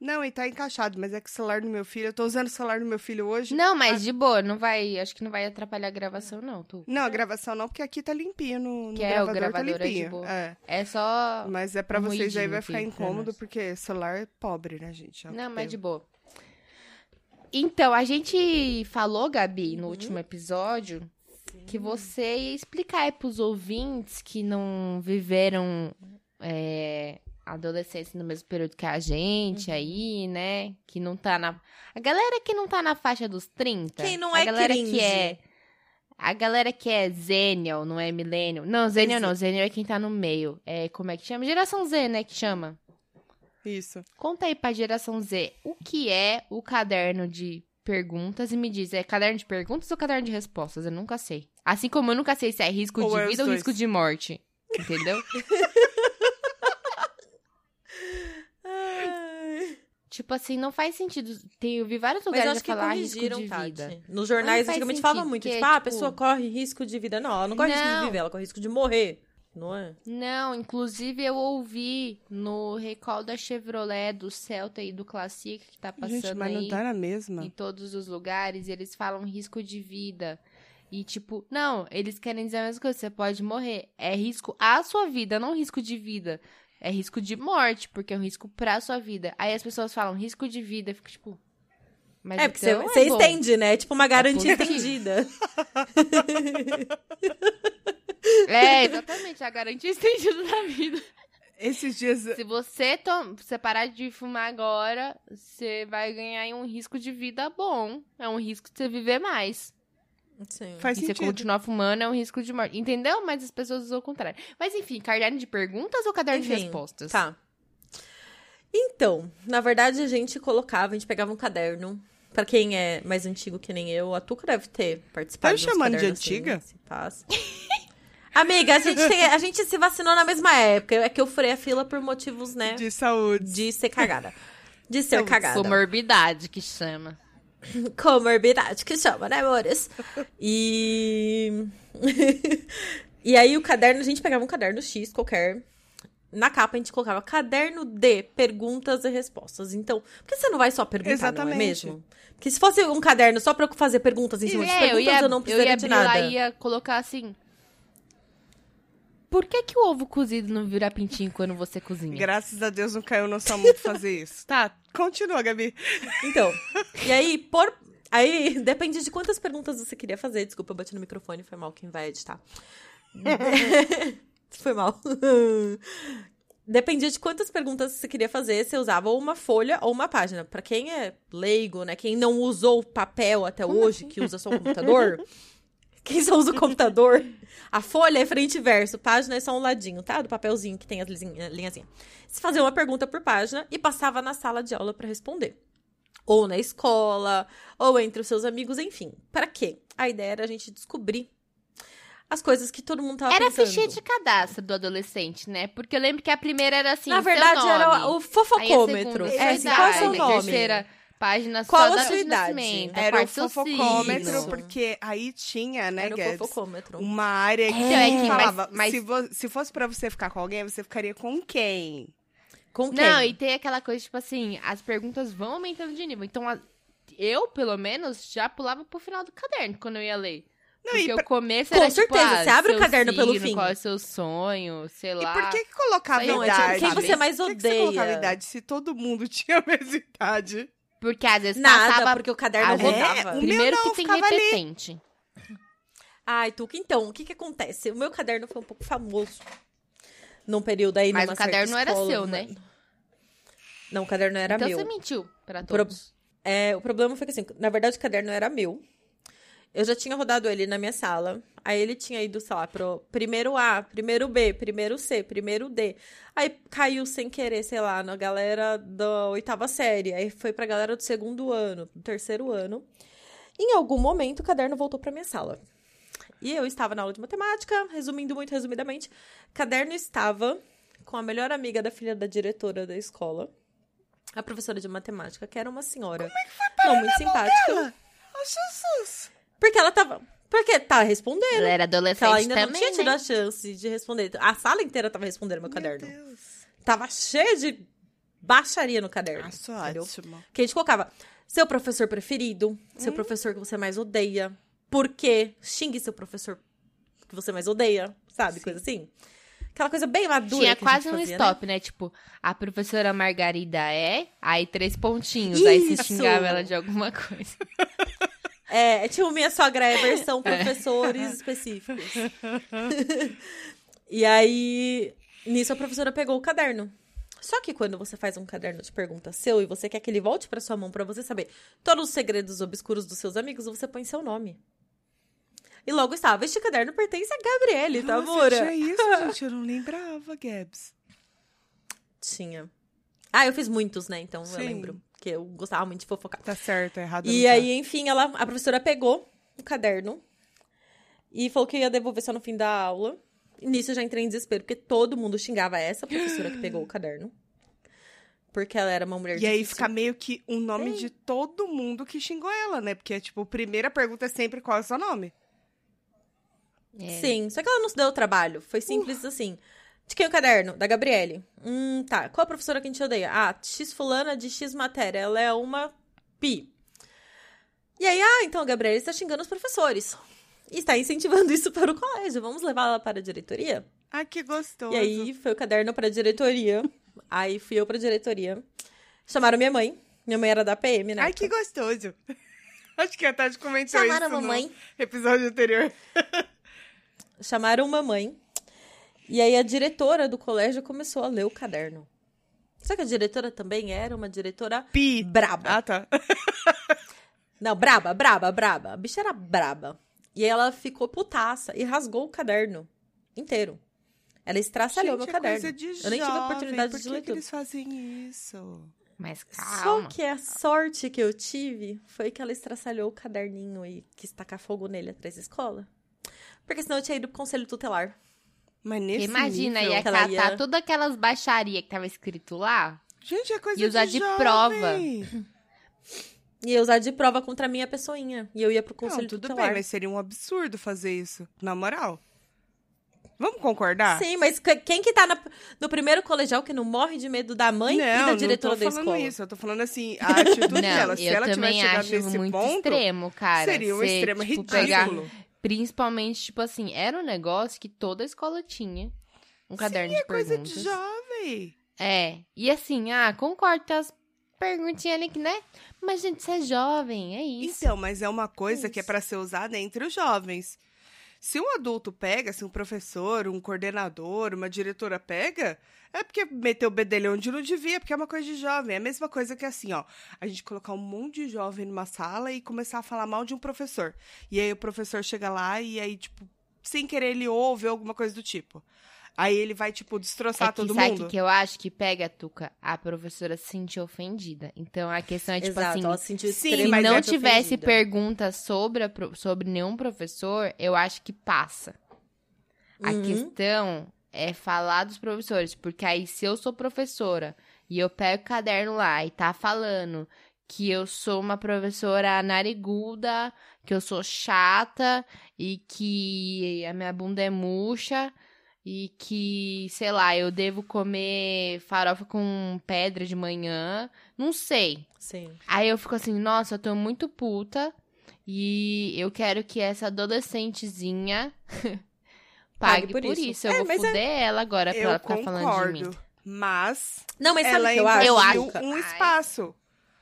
S2: Não, e tá encaixado, mas é que o celular do meu filho. Eu tô usando o celular do meu filho hoje.
S1: Não, mas de boa, não vai. Acho que não vai atrapalhar a gravação, não, tu.
S2: Não, a gravação não, porque aqui tá limpinho. No, no
S1: Que é, o
S2: tá
S1: gravador é de
S2: limpinho.
S1: boa.
S2: É.
S1: É só.
S2: Mas é pra
S1: Um
S2: vocês aí,
S1: ruidinho
S2: vai
S1: aqui
S2: ficar
S1: pra
S2: incômodo,
S1: nós.
S2: porque celular é pobre, né, gente? É o que
S1: Não, mas
S2: tem.
S1: de boa. Então, a gente falou, Gabi, no
S3: Uhum.
S1: último episódio, que você ia explicar aí pros ouvintes que não viveram é, a adolescência no mesmo período que a
S3: Uhum.
S1: gente aí, né? Que não tá na. A galera que não tá na faixa dos 30.
S3: Quem não
S1: a
S3: é
S1: galera
S3: cringe.
S1: que é. A galera que é Zenial, não é Millennial. Não, Zenial não. Zenial é quem tá no meio. É, como é que chama? Geração Z, né? Que chama.
S2: Isso.
S1: Conta aí pra geração Z o que é o caderno de perguntas e me diz, é caderno de perguntas ou caderno de respostas? Eu nunca sei. Assim como eu nunca sei se é risco
S2: Ou
S1: de
S2: é os
S1: vida ou
S2: dois.
S1: risco de morte. Entendeu?
S3: Ai.
S1: tipo assim, não faz sentido. Tem, eu vi vários
S3: Mas
S1: lugares
S3: eu acho
S1: já
S3: que
S1: falar risco de
S3: corrigiram,
S1: vida.
S3: Tati. Nos jornais,
S1: faz
S3: antigamente
S1: sentido,
S3: falava muito,
S1: porque,
S3: tipo, ah, a
S1: tipo-
S3: pessoa corre risco de vida. Não, ela não corre risco de
S1: Não.
S3: viver, ela corre risco de morrer. Não é?
S1: Não, inclusive eu ouvi no recall da Chevrolet, do Celta e do Classic que tá passando
S2: Gente, mas
S1: aí.
S2: não tá na mesma.
S1: em todos os lugares, e eles falam risco de vida. E tipo, não, eles querem dizer a mesma coisa, você pode morrer. É risco à sua vida, não risco de vida. É risco de morte, porque é um risco pra sua vida. Aí as pessoas falam risco de vida, eu fico tipo. Mas
S3: É, porque você,
S1: então
S3: você
S1: bom.
S3: estende, né? É Tipo uma garantia
S1: positivo.
S3: estendida.
S1: É, exatamente, a garantia estendida da vida.
S2: Esses dias
S1: Se você, to... se você parar de fumar agora, você vai ganhar aí um risco de vida bom. É um risco de você viver mais.
S3: Sim.
S2: faz
S1: E se
S2: sentido.
S1: continuar fumando é um risco de morte. Entendeu? Mas as pessoas usam o contrário. Mas enfim, caderno de perguntas ou caderno de
S3: Enfim,
S1: respostas?
S3: Tá. Então, na verdade, a gente colocava, a gente pegava um caderno, Pra quem é mais antigo que nem eu, a Tuca deve ter participado.
S2: Tá me
S3: dos
S2: chamando de
S3: cadernos, assim,
S2: antiga?
S3: se passa. Amiga, a gente, tem- a gente se vacinou na mesma época. É que eu furei a fila por motivos, né?
S2: De saúde.
S3: De ser cagada. De ser
S2: Então,
S3: cagada.
S1: Comorbidade que chama.
S3: Comorbidade que chama, né, amores? E. e aí o caderno, a gente pegava um caderno X qualquer. Na capa a gente colocava caderno de perguntas e respostas. Então, por que você não vai só perguntar, não é
S2: Exatamente.
S3: mesmo? Porque se fosse um caderno só pra eu fazer perguntas em cima de perguntas, eu, não
S1: É, eu ia
S3: precisaria de
S1: abrir
S3: nada.
S1: lá e ia colocar assim. Por que, que o ovo cozido não vira pintinho quando você cozinha?
S2: Graças a Deus não caiu no sua mão pra fazer isso. Tá, continua, Gabi.
S3: Então, e aí, por. Aí, depende de quantas perguntas você queria fazer. Desculpa, eu bati no microfone, foi mal quem vai editar. foi mal. Dependia de quantas perguntas você queria fazer, você usava ou uma folha ou uma página. Pra quem é leigo, né? Quem não usou papel até hoje, que usa só o computador. Quem só usa o computador, a folha é frente e verso, página é só um ladinho, tá? Do papelzinho que tem as lisinha- linhazinhas. Você fazia uma pergunta por página e passava na sala de aula pra responder ou na escola, ou entre os seus amigos, enfim. Pra quê? A ideia era a gente descobrir as coisas que todo mundo tava
S1: Era a
S3: pensando.
S1: fichinha de cadastro do adolescente, né? Porque eu lembro que a primeira era assim.
S3: Na
S1: seu
S3: verdade,
S1: nome.
S3: era o
S1: Aí a
S3: fofocômetro.
S1: segunda,
S3: É,
S1: sua
S3: assim, qual é o seu
S1: idade, a
S3: nome?
S1: Terceira página
S3: Qual a
S1: só da
S3: sua
S1: data de
S3: idade?
S1: nascimento, a
S2: Era o
S1: quarta, seu
S2: fofocômetro,
S1: É signo.
S3: Isso.
S2: porque aí tinha, né,
S3: Era o
S2: Guedes?
S3: fofocômetro.
S2: Uma área que
S1: Então, é que-
S2: falava,
S1: mas- mas-
S2: Se, vo- se fosse pra você ficar com alguém, você ficaria com quem?
S3: Com quem?
S1: Não, e tem aquela coisa, tipo assim, as perguntas vão aumentando de nível. Então, a- eu, pelo menos, já pulava pro final do caderno quando eu ia ler.
S2: Não,
S1: Porque
S2: e,
S1: o começo
S3: Com
S1: era, tipo,
S3: certeza,
S1: ah,
S3: você abre o
S1: seu
S3: caderno pelo
S1: signo,
S3: fim.
S1: Qual é o seu sonho, sei
S2: e
S1: lá.
S2: por que que colocava
S1: Não,
S3: é
S2: idade?
S3: tipo, quem
S1: sabe?
S3: você mais
S2: Por que, que você colocava
S3: odeia?
S2: idade se todo mundo tinha a mesma idade?
S1: Porque às vezes
S3: Nada,
S1: passava...
S3: porque o caderno
S1: às vezes-
S3: rodava.
S2: o meu
S1: Primeiro
S2: não,
S1: que tem
S2: ficava ali.
S1: repetente.
S3: Ai, Tuca, então, o que que acontece? O meu caderno foi um pouco famoso num período aí
S1: Mas
S3: numa
S1: o caderno
S3: certa
S1: era
S3: escola,
S1: seu,
S3: numa-
S1: né?
S3: Não, o caderno era
S1: então
S3: meu.
S1: você mentiu pra
S3: Pro-
S1: todos.
S3: É, o problema foi que, assim, na verdade, o caderno era meu. Eu já tinha rodado ele na minha sala. Aí ele tinha ido, sei lá, pro primeiro A, primeiro B, primeiro C, primeiro D. Aí caiu sem querer, sei lá, na galera da oitava série. Aí foi pra galera do segundo ano, do terceiro ano. Em algum momento, o caderno voltou pra minha sala. E eu estava na aula de matemática, resumindo muito resumidamente. O caderno estava com a melhor amiga da filha da diretora da escola, a professora de matemática, que era uma senhora. não muito simpática.
S2: Oh, Jesus!
S3: Porque ela tava. Porque tá respondendo.
S1: Ela era
S3: Porque ela
S1: adolescente
S3: ainda não
S1: também,
S3: tinha tido
S1: né?
S3: a chance de responder. A sala inteira tava respondendo meu caderno.
S2: Meu Deus. Ah,
S3: Tava cheia de baixaria no caderno.
S2: Nossa,
S3: entendeu?
S2: ótimo.
S3: Que a gente colocava seu professor preferido, seu professor que você mais odeia, por quê? Xingue seu professor que você mais odeia, sabe? Coisa assim. Aquela coisa bem madura.
S1: Tinha
S3: que a gente
S1: quase um
S3: fazia, né?
S1: stop, né? Tipo, a professora Margarida é, aí três pontinhos, aí
S3: Isso!
S1: se xingava ela de alguma coisa.
S3: É, tipo, minha sogra é versão professores específicos. e aí, nisso a professora pegou o caderno. Só que quando você faz um caderno de pergunta seu e você quer que ele volte pra sua mão pra você saber todos os segredos obscuros dos seus amigos, você põe seu nome. E logo estava, este caderno pertence a Gabriele, tá,
S2: Nossa,
S3: Moura?
S2: tinha isso, gente. Eu não lembrava, Gabs.
S3: Tinha. Ah, eu fiz muitos, né? Então eu
S2: Sim.
S3: lembro. Que eu gostava muito de fofocar.
S2: Tá certo, errado.
S3: E
S2: não tá.
S3: aí, enfim, ela, a professora pegou o caderno e falou que ia devolver só no fim da aula. E nisso eu já entrei em desespero, porque todo mundo xingava essa professora que pegou o caderno. Porque ela era uma mulher
S2: E aí
S3: difícil.
S2: fica meio que o nome de todo mundo que xingou ela, né? Porque, tipo, a primeira pergunta é sempre qual é o seu nome.
S1: É.
S3: Sim, só que ela não se deu o trabalho. Foi simples
S2: Uh.
S3: assim. De quem é o caderno? Da Gabriele. Hum, tá. Qual a professora que a gente odeia? Ah, X fulana de X matéria. Ela é uma pi. E aí, ah, então a Gabriele está xingando os professores. E está incentivando isso para o colégio. Vamos levar ela para a diretoria?
S2: Ah, que gostoso.
S3: E aí foi o caderno pra diretoria. aí fui eu pra diretoria. Chamaram minha mãe. Minha mãe era da PM, né?
S2: Ai, que gostoso. Acho que a Tati comentou
S3: Chamaram a
S2: isso
S3: mamãe.
S2: no episódio anterior.
S3: Chamaram mamãe. E aí a diretora do colégio começou a ler o caderno. Só que a diretora também era uma diretora
S2: Pi.
S3: braba.
S2: Ah, tá.
S3: Não, braba, braba, braba. A bicha era braba. E aí ela ficou putaça e rasgou o caderno inteiro. Ela estraçalhou
S2: Gente,
S3: meu
S2: é coisa
S3: caderno.
S2: de
S3: Eu nem tive
S2: jovem,
S3: a oportunidade
S2: Por
S3: de
S2: que
S3: ler
S2: que
S3: tudo.
S2: eles fazem isso?
S1: Mas calma.
S3: Só que a sorte que eu tive foi que ela estraçalhou o caderninho e quis tacar fogo nele atrás da escola. Porque senão eu tinha ido pro conselho tutelar.
S2: Mas nesse
S1: Porque Imagina,
S2: nível...
S1: ia
S3: que ela
S1: catar
S3: ia-
S1: todas aquelas baixarias que tava escrito lá.
S2: Gente, é coisa
S1: E usar de prova.
S2: jovem.
S3: E ia usar de prova contra a minha pessoinha. E eu ia pro conselho
S2: Não, tudo
S3: tutelar.
S2: bem, mas seria um absurdo fazer isso, na moral. Vamos concordar?
S3: Sim, mas que- quem que tá na- no primeiro colegial que não morre de medo da mãe e da diretora
S2: não tô
S3: da
S2: falando
S3: escola?
S2: isso, eu tô falando assim, a atitude
S1: Não,
S2: dela, se
S1: eu
S2: ela tivesse
S1: também
S2: chegado
S1: acho
S2: nesse
S1: muito
S2: ponto,
S1: extremo, cara.
S2: seria um
S1: Você,
S2: extremo
S1: tipo,
S2: ridículo.
S1: pegar- principalmente, tipo assim, era um negócio que toda escola tinha. Um caderno de
S2: é Coisa
S1: perguntas.
S2: de jovem.
S1: É, e assim, ah, concordo, tem umas perguntinhas ali que, né? Mas, gente, você é jovem, é isso.
S2: Então, mas é uma coisa que é
S3: Isso.
S2: pra ser usada entre os jovens. Se um adulto pega, se um professor, um coordenador, uma diretora pega, é porque meteu o bedelho onde não devia, porque é uma coisa de jovem. É a mesma coisa que assim, ó, a gente colocar um monte de jovem numa sala e começar a falar mal de um professor. E aí o professor chega lá e aí, tipo, sem querer ele ouve alguma coisa do tipo. Aí ele vai, tipo,
S1: é
S2: destroçar
S1: que,
S2: todo
S1: sabe o
S2: mundo.
S1: que que eu acho que pega, Tuca? A professora se sentir ofendida. Então, a questão é, tipo
S3: Exato,
S1: assim,
S3: ela se sentiu
S2: Sim,
S1: se
S2: mas
S3: extremamente
S1: não
S2: é
S1: tivesse
S3: ofendida.
S1: pergunta sobre, a pro- sobre nenhum professor, eu acho que passa. A
S3: Uhum.
S1: questão é falar dos professores, porque aí se eu sou professora e eu pego o caderno lá e tá falando que eu sou uma professora nariguda, que eu sou chata e que a minha bunda é murcha e que, sei lá, eu devo comer farofa com pedra de manhã, não sei.
S3: Sim.
S1: Aí eu fico assim, nossa, eu tô muito puta e eu quero que essa adolescentezinha pague, por, isso. Eu
S3: É,
S1: vou
S3: mas é-
S1: fuder ela agora pra ela
S2: Eu
S1: ficar falando de mim.
S2: concordo, mas
S3: Não, mas sabe o
S2: ela
S3: que eu acho?
S2: invadiu
S1: Eu acho-
S2: um
S1: Ai.
S2: espaço.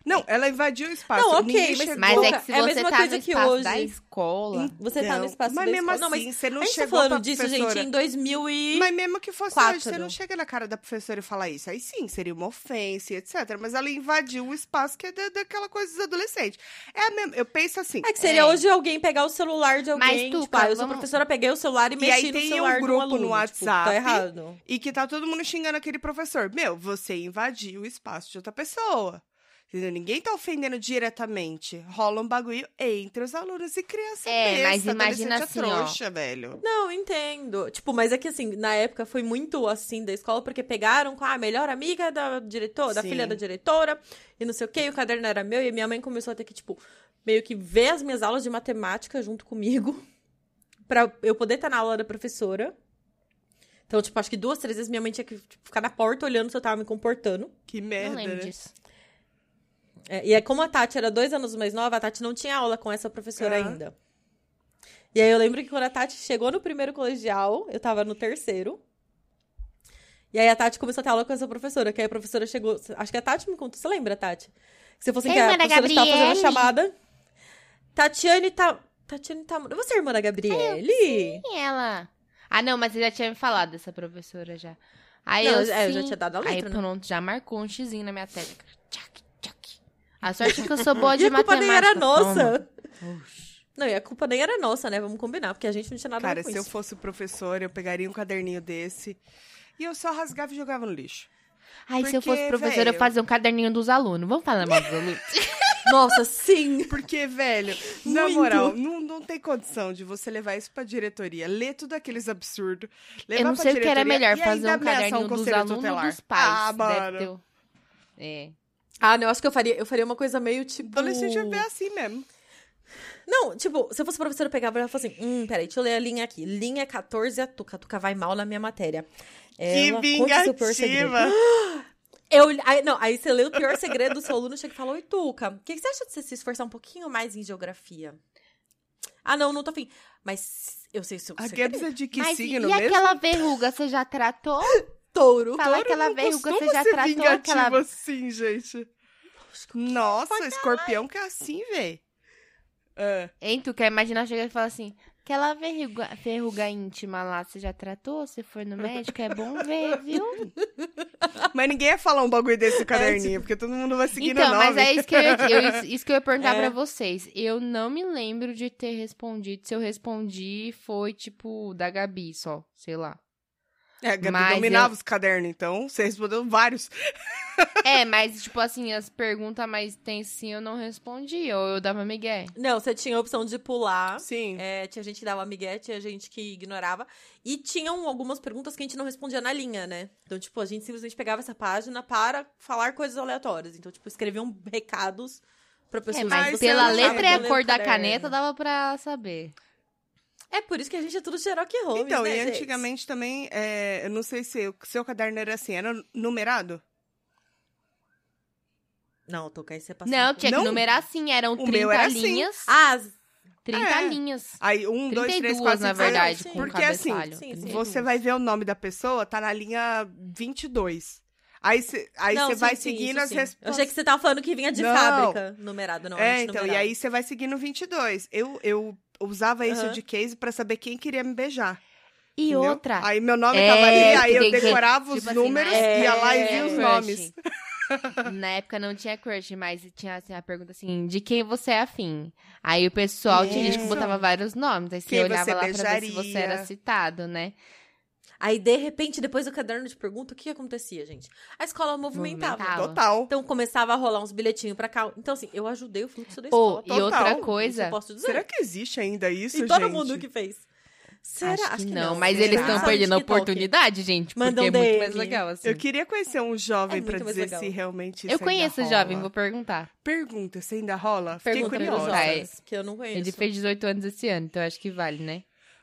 S2: Não, ela invadiu o espaço.
S3: Não, ok,
S2: Ninguém
S3: mas-
S2: chegou.
S1: Mas é que se
S3: É a
S1: você
S3: mesma
S1: tá
S3: coisa
S1: no
S3: que
S1: espaço
S3: hoje.
S1: da escola...
S3: Você tá
S2: Não,
S3: no espaço
S2: Então, mas
S3: da
S2: mesmo
S3: escola. Não, mas
S2: assim, você não
S3: a gente tá
S2: chegou pra
S3: falando disso,
S2: professora.
S3: gente, em 2000 e...
S2: Mas mesmo que fosse
S3: Quatro.
S2: hoje, você não chega na cara da professora e fala isso. Aí sim, seria uma ofensa, e etc. Mas ela invadiu o espaço que é da- daquela coisa dos adolescentes. É a mesma, eu penso assim.
S3: É que seria
S1: É.
S3: hoje alguém pegar o celular de
S1: Mas,
S3: alguém, tipo,
S1: Tuca,
S3: ah, eu sou
S1: vamos-
S3: professora, peguei o celular e
S2: E
S3: mexi
S2: aí
S3: no
S2: tem um
S3: celular de um
S2: grupo
S3: aluno.
S2: no
S3: tipo, tá
S2: WhatsApp.
S3: errado.
S2: E que tá todo mundo xingando aquele professor. Meu, você invadiu o espaço de outra pessoa. Entendeu? Ninguém tá ofendendo diretamente. Rola um bagulho entre os alunos e criança
S1: É,
S2: besta,
S1: mas imagina
S2: adolescente é
S1: assim, ó.
S2: trouxa, velho.
S3: Não, entendo. Tipo, mas é que assim, na época foi muito assim da escola, porque pegaram com a melhor amiga da diretora, da
S2: Sim.
S3: filha da diretora, e não sei o quê, e o caderno era meu, e minha mãe começou a ter que, tipo, meio que ver as minhas aulas de matemática junto comigo, pra eu poder estar na aula da professora. Então, tipo, acho que duas, três vezes minha mãe tinha que tipo, ficar na porta olhando se eu tava me comportando.
S2: Que
S1: Não
S2: merda,
S1: lembro
S2: né?
S1: disso.
S3: É, e aí, como a Tati era dois anos mais nova, a Tati não tinha aula com essa professora
S2: Ah.
S3: ainda. E aí eu lembro que quando a Tati chegou no primeiro colegial, eu tava no terceiro. E aí a Tati começou a ter aula com essa professora, que aí a professora chegou. Acho que é a Tati me contou. Você lembra, Tati? Que você falou assim, que
S1: Irmã
S3: a
S1: da
S3: professora estava fazendo a
S1: Gabriele.
S3: chamada. Tatiane tá. Tatiane tá. Você é irmã da Gabriele?
S1: Quem é ela? Ah, não, mas você já tinha me falado dessa professora já. Aí
S3: Não,
S1: eu,
S3: é, eu
S1: sim.
S3: já tinha dado a
S1: Aí
S3: letra, né?
S1: pronto, já marcou um xizinho na minha técnica. Tchac, tchac. A sorte é que eu sou boa de
S3: e a culpa nem
S1: matemática.
S3: era nossa.
S1: toma. Oxi.
S3: Não, e a culpa nem era nossa, né? Vamos combinar, porque a gente não tinha nada a ver
S2: Cara,
S3: com
S2: se
S3: isso.
S2: eu fosse professora, eu pegaria um caderninho desse e eu só rasgava e jogava no lixo.
S1: Ai, se eu fosse
S2: Porque,
S1: professora, eu
S2: velho-
S1: fazia um caderninho dos alunos. Vamos falar mal dos alunos?
S3: Nossa, sim!
S2: Porque, velho, na
S3: Muito.
S2: moral, não, não tem condição de você levar isso pra diretoria, ler tudo aqueles absurdos, levar
S1: eu não
S2: pra
S1: sei o que era
S2: diretoria
S1: melhor,
S2: e ainda
S1: fazer um
S2: ameaçar
S1: caderninho
S2: um
S1: dos
S2: conselho
S1: alunos
S2: tutelar.
S1: ou dos pais.
S2: Ah,
S1: Deve
S2: mano.
S1: ter o- É.
S3: Ah, não, eu acho que eu faria, eu faria uma coisa meio tipo.
S2: Adolescente é bem assim mesmo.
S3: Não, tipo, se eu fosse professora, eu pegava e ela falava assim: hum, peraí, deixa eu ler a linha aqui. Linha 14 a Tuca. A Tuca vai mal na minha matéria. Ela
S2: que
S3: conta o seu pior segredo.
S2: vingativa!
S3: Eu, aí, não, aí você lê o pior segredo do seu aluno, chega e fala: Oi, Tuca, o que, que você acha de você se esforçar um pouquinho mais em geografia? Ah, não, não tô afim. Mas eu sei o seu
S2: A
S3: segredo.
S2: Gabs é de que
S1: Mas e,
S2: signo
S1: e
S2: mesmo?
S1: aquela verruga, você já tratou?
S3: Touro.
S1: Fala aquela
S2: Não
S1: verruga, você
S2: costuma
S1: já
S2: ser
S1: tratou
S2: vingativo
S1: aquela...
S2: assim, gente. Nossa, escorpião que é assim, É. velho.
S1: Hein, tu quer imaginar chegar e falar assim, aquela verruga, verruga íntima lá, você já tratou? Se for no médico, é bom ver, viu?
S2: Mas ninguém ia falar um bagulho desse no caderninho, porque todo mundo vai seguir
S1: Então,
S2: o nome.
S1: mas é isso que eu, ia- eu- isso que eu ia perguntar
S3: É.
S1: pra vocês. Eu não me lembro de ter respondido. Se eu respondi, foi tipo da Gabi só, sei lá.
S2: É, a Gabi
S1: Mas
S2: dominava os cadernos, então você respondeu vários.
S1: É, mas, tipo assim, as perguntas mais tensas assim, eu não respondi, ou eu dava migué. Tipo
S3: Não, você tinha a opção de pular.
S2: Sim.
S3: É, tinha gente que dava migué, tinha gente que ignorava. E tinham algumas perguntas que a gente não respondia na linha, né? Então, tipo, a gente simplesmente pegava essa página para falar coisas aleatórias. Então, tipo, escreviam recados pra
S1: É,
S3: pessoa.
S2: mas
S1: mas
S2: você
S1: pela
S2: não
S1: letra e
S2: sabe
S1: a cor da caneta dava pra saber.
S3: né? É por isso que a gente é tudo Cherokee Holmes,
S2: Então,
S3: né,
S2: e
S3: gente?
S2: antigamente também, é, eu não sei se o seu caderno era assim, era numerado?
S3: Não, Toca, aí você um passou.
S1: Não, tinha que
S2: Tá Não.
S1: numerar assim, eram
S2: meu
S1: 30
S2: era assim.
S1: linhas.
S3: Ah,
S1: 30
S2: É.
S1: linhas.
S2: Aí, um, dois, três,
S1: 32,
S2: quatro,
S1: na
S2: cinco, seis,
S1: verdade,
S3: sim.
S1: com
S2: Porque, assim,
S1: cabeçalho.
S3: sim, sim.
S2: Você vai ver o nome da pessoa, tá na linha 22. Aí você aí
S3: não,
S2: você
S3: sim,
S2: vai
S3: sim,
S2: seguindo
S3: isso
S2: as
S3: sim. Eu achei
S2: respostas.
S3: que você tava falando que vinha de
S2: Não.
S3: fábrica numerado, não. a
S2: É,
S3: gente
S2: então, e
S3: numerava.
S2: aí você vai seguindo 22. Eu, eu usava isso
S3: Aham.
S2: de case pra saber quem queria me beijar.
S1: E
S2: entendeu?
S1: outra,
S2: Aí meu nome
S1: É,
S2: tava ali, aí
S1: porque
S2: eu
S1: tem que-
S2: decorava os
S1: tipo assim, É,
S2: números,
S1: na época
S2: ia lá e
S1: não
S2: via os
S1: tinha
S2: nomes.
S1: crush. Na época não tinha crush, mas tinha assim, a pergunta assim, de quem você é afim? Aí o pessoal tinha gente que
S2: Isso.
S1: botava vários nomes, aí você
S2: Quem
S1: olhava
S2: você
S1: lá pra ver se você
S2: beijaria.
S1: era citado, né?
S3: Aí, de repente, depois do caderno de pergunta, o que acontecia, gente? A escola movimentava.
S1: Movimentava.
S2: Total.
S3: Então começava a rolar uns bilhetinhos pra cá. Então, assim, eu ajudei o fluxo da
S1: Pô,
S3: escola.
S1: e outra
S2: total.
S3: Isso eu
S1: coisa, é
S3: posso dizer.
S2: Será que existe ainda isso,
S3: é e todo
S2: gente?
S3: mundo que fez. Será?
S1: acho, que não, mas
S2: Será?
S1: eles estão
S2: Só no
S1: perdendo a
S3: TikTok.
S1: oportunidade, gente, porque
S3: Manda um
S1: é muito mais
S3: DM.
S1: legal, assim.
S2: Eu queria conhecer um jovem
S3: É
S2: pra
S3: muito mais
S2: dizer
S3: legal.
S2: se realmente isso
S1: Eu
S2: ainda
S1: conheço o
S2: rola.
S1: jovem, vou perguntar.
S2: Pergunta, se ainda rola? Fiquei
S1: Pergunta
S3: Pergunta pros
S2: curiosa.
S1: jovem.
S3: jovens, que eu não conheço.
S1: Ele fez 18 anos esse ano, então acho que vale, né?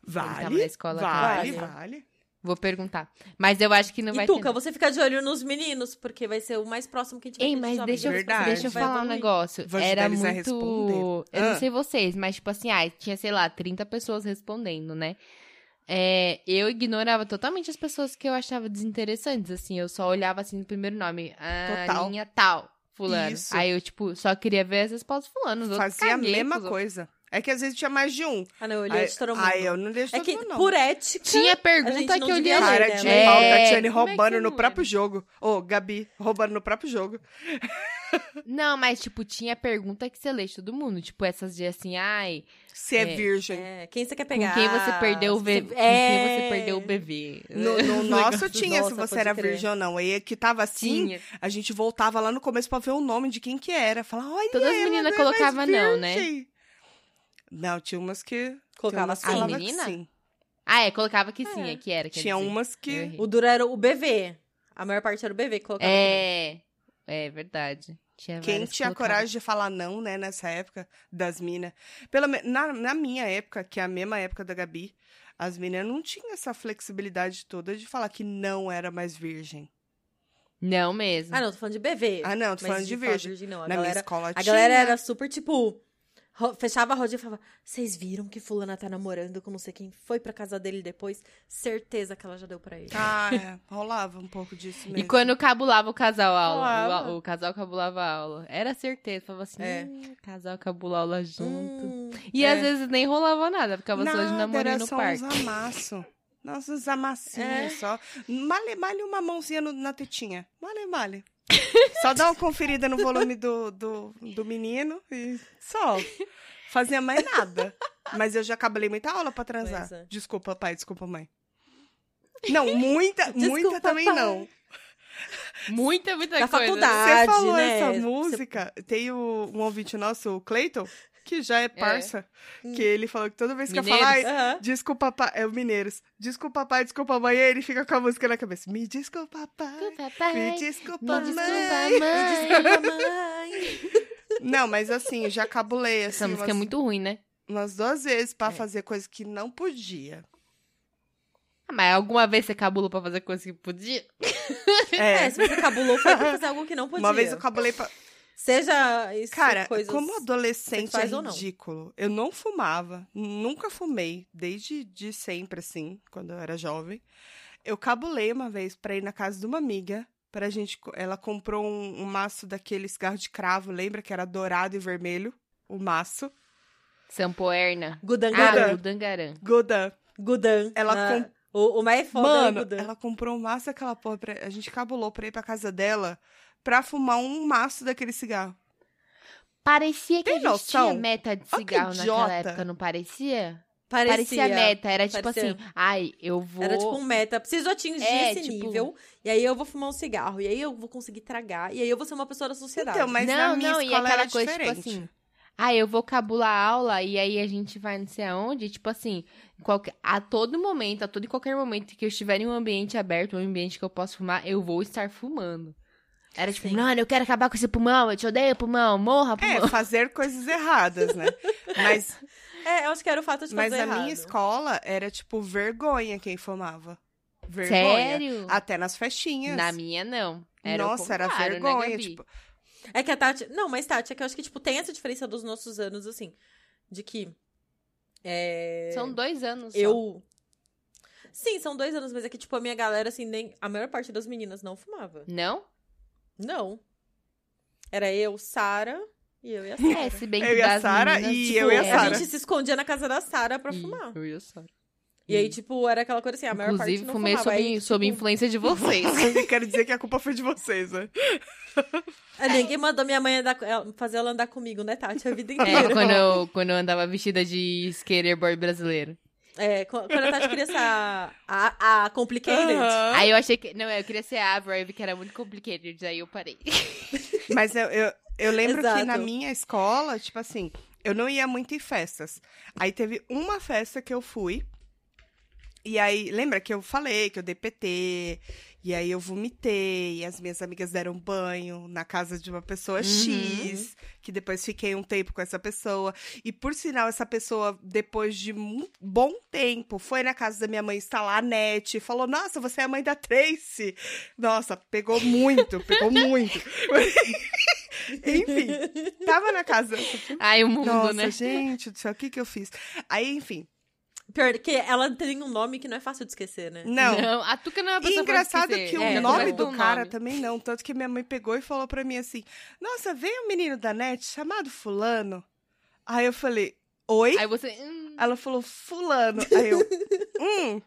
S1: Ele tava
S2: Vale,
S1: na escola,
S2: vale,
S3: tava.
S2: vale.
S1: Vou perguntar. Mas eu acho que não vai
S3: E
S1: ter.
S3: Tuca, você fica de olho nos meninos, porque vai ser o mais próximo que a gente vai
S1: Ei,
S3: ter de
S1: mas
S3: jovem.
S1: deixa eu,
S2: Verdade.
S1: deixa eu
S3: Vai
S1: falar um
S3: evoluir.
S1: negócio.
S2: Vou ajudar
S1: Era
S2: eles a
S1: muito.
S2: responder.
S1: Eu não
S2: Ah.
S1: sei vocês, mas tipo assim, ah, tinha, sei lá, 30 pessoas respondendo, né? É, eu ignorava totalmente as pessoas que eu achava desinteressantes, assim. Eu só olhava assim no primeiro nome. A
S2: Total.
S1: linha tal, fulano.
S2: Isso.
S1: Aí eu, tipo, só queria ver as respostas fulano. Os outros
S2: Fazia a
S1: caguei
S2: mesma
S1: pros outros.
S2: coisa. É que às vezes tinha mais de um.
S3: Ah, não, eu olhei
S2: Aí,
S3: de todo mundo.
S2: aí eu não deixo
S3: É
S2: todo
S3: que,
S2: mundo, não.
S3: por ética...
S1: Tinha pergunta
S3: gente não
S1: que eu
S3: devia
S1: lia.
S3: ler,
S2: Cara
S3: né?
S2: de
S3: É,
S2: pau, Tatiane
S1: como é que
S2: roubando
S1: eu
S2: no
S1: não
S2: próprio jogo. Ô, Gabi, roubando no próprio jogo.
S1: Não, mas, tipo, tinha pergunta que você lê de todo mundo. Tipo, essas de assim, ai,
S2: Se é,
S1: É.
S2: virgem.
S3: É, quem você quer
S1: com
S3: pegar?
S1: quem você perdeu o
S3: Se você-
S1: bebê? Com
S3: É.
S1: quem você perdeu o bebê?
S2: No, no nosso tinha
S3: Nossa,
S2: se você
S3: pode
S2: era
S3: crer.
S2: virgem ou não. Aí que tava assim,
S1: Tinha.
S2: a gente voltava lá no começo pra ver o nome de quem que era. Falar, olha,
S1: Todas as
S2: ela
S1: meninas
S2: não é mais
S1: colocavam não, né?
S2: virgem. Não, tinha umas que...
S3: Colocava
S2: tinha umas que
S1: Ai,
S3: assim.
S2: falava que
S1: menina?
S2: sim.
S1: Ah, é, colocava que sim,
S3: É.
S1: é que era. quer
S2: Tinha
S1: dizer.
S2: umas
S1: Eu
S2: que...
S1: errei.
S3: O duro era o BV. A maior parte era o BV que colocava. assim.
S1: É, é verdade. Tinha
S2: Quem
S1: várias que
S2: tinha
S1: colocava.
S2: coragem de falar não, né, nessa época das minas? Pelo me- na, na minha época, que é a mesma época da Gabi, as meninas não tinham essa flexibilidade toda de falar que não era mais virgem.
S1: Não mesmo.
S3: Ah, não, tô falando de BV.
S2: Ah, não, tô
S3: Mas
S2: falando de
S3: falar
S2: virgem.
S3: virgem não.
S2: Na
S3: A
S2: minha
S3: galera,
S2: escola
S3: a
S2: tinha.
S3: galera era super, tipo... ro- Fechava a rodinha e falava, vocês viram que fulana tá namorando com não sei quem foi pra casa dele depois? Certeza que ela já deu pra ele.
S2: Ah, é, rolava um pouco disso mesmo.
S1: e quando cabulava o casal a aula,
S3: Cabulava.
S1: o, o casal cabulava a aula. Era certeza, falava assim,
S3: É.
S1: "Hum, casal cabula a aula junto.
S3: Hum,
S1: e
S2: é.
S1: às vezes nem rolava nada, ficava só de
S2: Nada,
S1: namorinho
S2: era
S1: no
S2: só
S1: parque.
S2: uns amasso. Nossa, uns amassinhos
S3: É.
S2: só. Male, male uma mãozinha no- na tetinha. Male, male. Só dá uma conferida no volume do, do, do menino e só. Fazia mais nada. Mas eu já acabei muita aula pra transar.
S3: Pois é.
S2: Desculpa, pai, desculpa, mãe. Não, muita,
S3: Desculpa,
S2: muita também
S3: pai.
S2: não.
S1: Muita, muita
S3: Da
S1: coisa.
S3: faculdade.
S2: Você falou
S3: né?
S2: essa
S3: Você-
S2: música. Tem o, um ouvinte nosso, o Cleiton, que já é parça,
S3: Hum.
S2: que ele falou que toda vez que eu
S1: Mineiros.
S2: falar,
S3: Aham.
S2: Desculpa, pai. É o Mineiros. Desculpa, pai. Desculpa, mãe. E ele fica com a música na cabeça. Me desculpa, pai.
S1: Desculpa, pai.
S2: Me
S1: Me
S2: desculpa, mãe.
S1: desculpa, mãe.
S3: Desculpa, mãe.
S2: Não, mas assim, já cabulei assim,
S1: Essa música é
S2: umas,
S1: muito ruim, né?
S2: umas duas vezes pra
S1: É.
S2: fazer coisa que não podia.
S1: Ah, Mas alguma vez você cabulou pra fazer coisa que podia?
S3: É, se você cabulou, foi pra fazer algo que não podia.
S2: Uma vez eu cabulei pra.
S3: Seja isso,
S2: Cara,
S3: coisas...
S2: como adolescente é
S3: sexuais ou não.
S2: ridículo. Eu não fumava, nunca fumei, desde de sempre, assim, quando eu era jovem. Eu cabulei uma vez pra ir na casa de uma amiga. Pra gente, co- ela comprou um, um maço daquele cigarro de cravo, lembra que era dourado e vermelho? O maço.
S1: Sampoerna.
S3: Gudangaran.
S1: Ah,
S2: Gudan.
S1: Ludangaran.
S2: Godan.
S3: Gudan.
S2: Ela
S3: na- O, o mais foda né, era o
S2: Mano,
S3: Gudan.
S2: ela comprou um maço daquela porra. Pra... A gente cabulou pra ir pra casa dela pra fumar um maço daquele cigarro.
S1: Parecia que
S2: Tem
S1: a gente
S2: noção?
S1: tinha meta de
S2: Olha que
S1: cigarro naquela
S2: idiota.
S1: época, não parecia? Parecia,
S3: Parecia.
S1: meta, era tipo
S3: Parecia.
S1: assim, ai, eu vou.
S3: Era tipo um meta. Preciso atingir
S1: É,
S3: esse
S1: tipo-
S3: nível. E aí eu vou fumar um cigarro. E aí eu vou conseguir tragar. E aí eu vou ser uma pessoa da sociedade.
S2: Então, mas na
S1: não,
S2: minha
S1: não, e
S2: escola
S1: aquela
S2: era
S1: coisa,
S2: diferente.
S1: tipo assim. Ah, eu vou cabular a aula e aí a gente vai não sei aonde. Tipo assim, qualquer- a todo momento, a todo e qualquer momento que eu estiver em um ambiente aberto, um ambiente que eu posso fumar, eu vou estar fumando. Era tipo,
S3: Sim.
S1: mano, eu quero acabar com esse pulmão, eu te odeio, pulmão, morra, pulmão.
S2: É, fazer coisas erradas, né? Mas,
S3: É, eu acho que era o fato de
S2: mas
S3: fazer
S2: na minha
S3: errado.
S2: escola era, tipo, vergonha quem fumava. Vergonha.
S1: Sério?
S2: Até nas festinhas.
S1: Na minha, não. Era o
S2: Nossa, era
S1: contrário, né,
S2: vergonha.
S1: Gabi?
S2: tipo,
S3: É que a Tati. Não, mas Tati, é que eu acho que, tipo, tem essa diferença dos nossos anos, assim. De que. É...
S1: São dois anos. só.
S3: Eu. Sim, são dois anos, mas é que, tipo, a minha galera, assim, nem. A maior parte das meninas não fumava.
S1: Não?
S3: Não. Era eu, Sara e eu e a
S1: É,
S3: Sara.
S1: se bem que
S2: Eu e a
S1: das
S2: Sara
S1: meninas,
S2: e
S1: tipo,
S2: eu e a
S1: é,
S3: A
S2: Sara.
S3: gente se escondia na casa da Sara pra
S1: Ih,
S3: fumar.
S1: Eu e a Sara.
S3: E aí, tipo, era aquela coisa assim, a maior
S1: Hum. Inclusive,
S3: parte não
S1: fumei
S3: fumava.
S1: sob,
S3: Aí,
S1: sob
S3: tipo,
S1: influência de vocês.
S2: eu quero dizer que a culpa foi de vocês, né?
S3: ah, Ninguém mandou minha mãe andar, com- ela- fazer ela andar comigo, né, Tati? A vida
S1: É,
S3: inteira.
S1: quando eu, quando eu andava vestida de skater boy brasileiro.
S3: É, qu- quando a Tati queria ser a, a, a complicated.
S2: Aham.
S1: Aí eu achei que. Não, eu queria ser a Brave, que era muito complicated, aí eu parei.
S2: Mas eu, eu, eu lembro que na
S3: Exato.
S2: minha escola, tipo assim, eu não ia muito em festas. Aí teve uma festa que eu fui. E aí, lembra que eu falei que eu dei PT, e aí eu vomitei, e as minhas amigas deram banho na casa de uma pessoa X, que depois fiquei um tempo com essa pessoa. E por sinal, essa pessoa, depois de um bom tempo, foi na casa da minha mãe instalar a net, e falou: Nossa, você é a mãe da Tracy. Nossa, pegou muito, pegou muito. Enfim, tava na casa.
S1: Aí o mundo,
S2: Nossa,
S1: né?
S2: gente do céu, o que que eu fiz? Aí, enfim.
S3: Pior que ela tem um nome que não é fácil de esquecer, né?
S2: Não.
S1: a Tuca não é uma
S2: E
S1: pessoa
S2: engraçado
S1: fácil de
S2: que o
S1: esquecer.
S3: É,
S2: nome
S1: começa
S2: do
S1: com um
S2: cara
S1: nome.
S2: também não. Tanto que minha mãe pegou e falou pra mim assim: Nossa, veio um menino da net chamado Fulano. Aí eu falei: Oi?
S1: Aí você. hum,
S2: Ela falou: Fulano. Aí eu: Hum,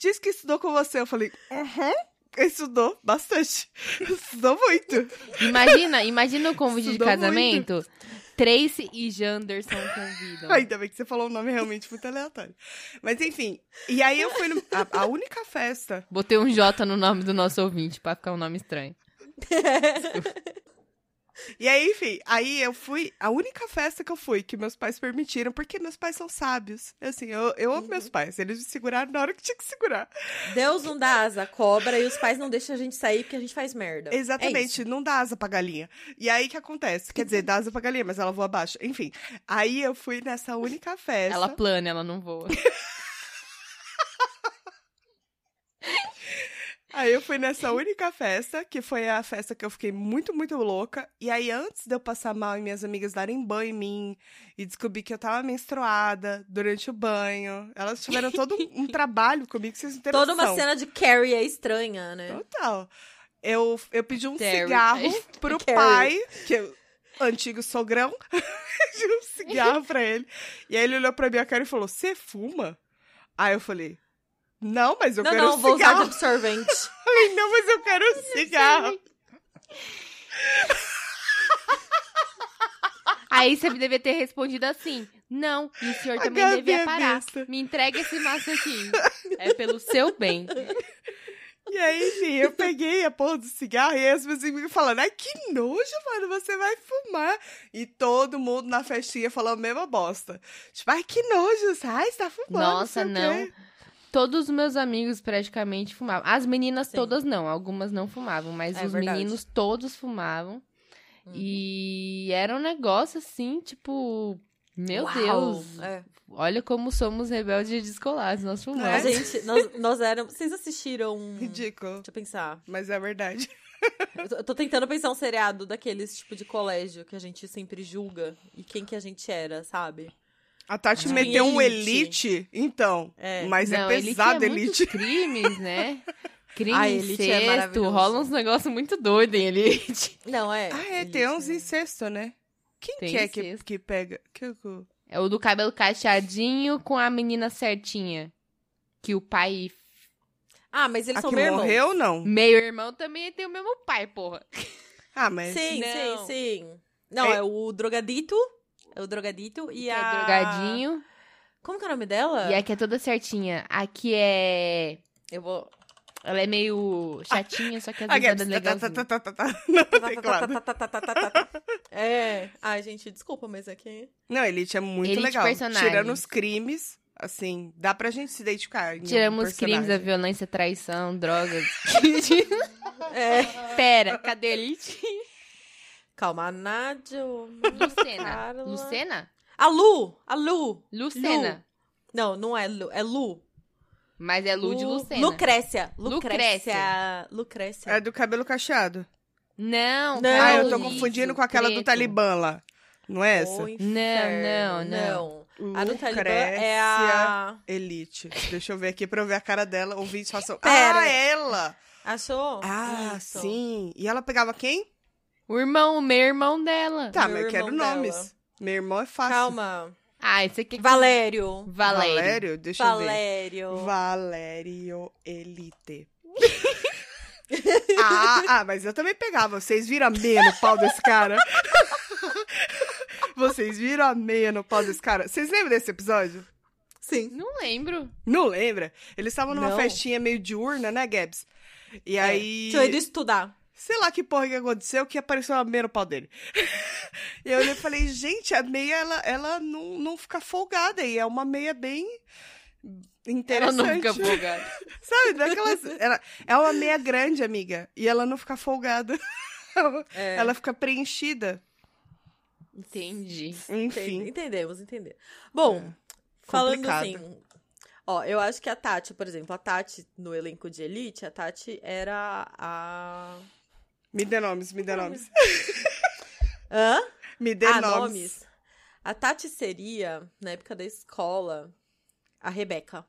S2: diz que estudou com você. Eu falei: Uhum. Estudou bastante. Estudou muito.
S1: imagina, imagina o convite de
S2: Estudou
S1: casamento. Tracy e Janderson convidam.
S2: Ainda bem que você falou um nome realmente muito aleatório. Mas enfim. E aí eu fui no- a- a única festa
S1: Botei um J no nome do nosso ouvinte pra ficar um nome estranho.
S2: E aí, enfim, aí eu fui. A única festa que eu fui que meus pais permitiram, porque meus pais são sábios. Assim, eu, eu amo
S3: Uhum.
S2: meus pais. Eles me seguraram na hora que tinha que segurar.
S3: Deus não dá asa, à cobra, e os pais não deixam a gente sair porque a gente faz merda. É isso.
S2: Exatamente, não dá asa pra galinha. E aí o que acontece? Quer dizer, dá asa pra galinha, mas ela voa abaixo. Enfim, aí eu fui nessa única festa.
S1: Ela plana, ela não voa.
S2: Aí eu fui nessa única festa, que foi a festa que eu fiquei muito, muito louca. E aí, antes de eu passar mal e minhas amigas darem banho em mim e descobrir que eu tava menstruada durante o banho, elas tiveram todo um, um trabalho comigo que vocês não têm
S3: Toda uma
S2: noção.
S3: cena de Carrie é estranha, né?
S2: Total. Eu, eu pedi um
S1: Terry.
S2: cigarro pro
S3: Carrie.
S2: pai, que é o antigo sogrão, pedi um cigarro pra ele. E aí ele olhou pra minha cara e falou: Você fuma? Aí eu falei. Não, mas eu
S3: não,
S2: quero
S3: não,
S2: um
S3: vou usar de
S2: cigarro.
S3: absorvente.
S2: Não, mas eu quero um cigarro.
S1: Aí você devia ter respondido assim: Não, e o senhor
S2: A
S1: também
S2: Gabi
S1: devia
S2: é
S1: parar.
S2: besta.
S1: Me entrega esse maço aqui. É pelo seu bem.
S2: E aí, enfim, eu peguei a porra do cigarro e aí as pessoas me falando, ai, que nojo, mano, você vai fumar. E todo mundo na festinha falou a mesma bosta. Tipo, ai, que nojo, ai, você tá fumando.
S1: Nossa,
S2: sei o quê."
S1: Todos os meus amigos praticamente fumavam. As meninas
S3: Sim.
S1: todas não, algumas não fumavam, mas
S3: É
S1: os
S3: verdade.
S1: meninos todos fumavam. E era um negócio assim, tipo, meu
S3: Uau.
S1: Deus,
S3: É.
S1: olha como somos rebeldes e descolados, nós
S2: É.
S3: A
S1: fumamos.
S3: gente, nós, nós éramos. Vocês assistiram. um, Deixa
S2: Ridículo,
S3: eu pensar.
S2: mas é verdade.
S3: Eu tô- Eu tô tentando pensar um seriado daqueles tipo de colégio que a gente sempre julga e quem que a gente era, sabe?
S2: A Tati
S3: Ah.
S2: meteu um
S3: Elite.
S2: elite, então.
S3: É.
S2: Mas é
S1: Não, ele
S2: pesado,
S1: tinha muitos
S2: elite.
S1: crimes, né? Crime,
S3: Ah,
S1: Elite
S3: Elite é maravilhoso.
S1: rola uns negócios muito doidos em Elite.
S3: Não, é.
S2: Ah, é,
S3: Eles-
S2: tem uns incesto, né? Quem
S1: Tem
S2: que é que,
S1: incesto.
S2: que pega? Que- que-
S1: É o do cabelo cacheadinho com a menina certinha. Que o pai...
S3: Ah, mas eles
S2: A
S3: são
S2: que
S3: meu irmão.
S2: morreu ou não?
S1: Meio irmão também tem o mesmo pai, porra.
S2: Ah, mas...
S3: Sim,
S1: Não.
S3: sim, sim. Não,
S2: É-
S3: é... o drogadito. É o drogadito e
S2: Ah.
S1: Que
S3: a.
S1: é drogadinho.
S3: Como que é o nome dela?
S1: E a que é toda certinha. A que é.
S3: Eu vou.
S1: Ela é meio chatinha, só que às
S2: A
S1: vezes ela
S2: Gabs,
S1: é
S2: tá, tá, tá,
S1: legalzinha.
S2: tá, tá, tá, tá, no teclado.
S3: É. Ai, gente, desculpa, mas aqui.
S2: Não, Elite é muito
S1: Elite
S2: legal.
S1: personagens.
S2: Tirando os crimes, assim, dá pra gente se identificar. em um
S1: Tiramos os crimes, a
S2: personagem.
S1: violência, traição, drogas.
S3: É.
S1: Pera, cadê a Elite?
S3: Calma, a Nádio.
S1: Lucena.
S3: Carla.
S1: Lucena?
S3: A Lu! A Lu!
S1: Lucena.
S3: Não, não é Lu, é Lu.
S1: Mas é Lu de
S3: Lu-
S1: Lucena.
S3: Lucrécia.
S1: Lucrécia.
S3: Lucrécia. Lucrécia.
S2: É do cabelo cacheado.
S1: Não,
S3: Não,
S1: cara,
S2: ah, eu tô
S1: liso,
S2: confundindo com aquela do
S1: preto.
S2: Talibã lá. Não é essa?
S3: O inferno.
S1: Não, não,
S3: não. A do Talibã
S2: Lucrécia
S3: é a.
S2: Elite. Deixa eu ver aqui pra eu ver a cara dela. Ouvinte façam.
S3: Pera.
S2: Ah, ela!
S3: Achou?
S2: Ah,
S3: Isso.
S2: sim. E ela pegava quem?
S1: O irmão, o meu irmão dela.
S2: Tá,
S3: Meu
S2: mas eu quero
S3: irmão
S2: nomes.
S3: dela.
S2: Meu irmão é fácil.
S3: Calma.
S1: Ah, esse aqui.
S3: Valério.
S1: Valério.
S2: Valério? Deixa eu ver.
S3: Valério.
S2: Valério Elite. ah, ah, mas eu também pegava. Vocês viram a meia no pau desse cara? Vocês viram a meia no pau desse cara? Vocês lembram desse episódio?
S3: Sim.
S1: Não lembro.
S2: Não lembra? Eles estavam numa
S3: Não.
S2: festinha meio diurna, né, Gabs?
S3: É,
S2: E aí.
S3: Tinha ido estudar.
S2: Sei lá que porra que aconteceu que apareceu a meia no pau dele. e eu olhei e falei, gente, a meia, ela, ela não, não fica folgada. E é uma meia bem
S1: Ela
S2: interessante.
S1: não fica folgada.
S2: Sabe, daquelas... Ela, é uma meia grande, amiga. E ela não fica folgada.
S3: É.
S2: Ela fica preenchida.
S1: Entendi.
S3: Enten-
S2: Enfim. É,
S3: Entendemos, entendemos. Bom, falando
S2: complicado.
S3: assim. Ó, eu acho que a Tati, por exemplo, a Tati no elenco de Elite, a Tati era a.
S2: Me dê nomes, me dê nomes.
S3: Hã?
S2: Me dê
S3: ah,
S2: nomes.
S3: nomes. A Tati seria, na época da escola, a Rebeca.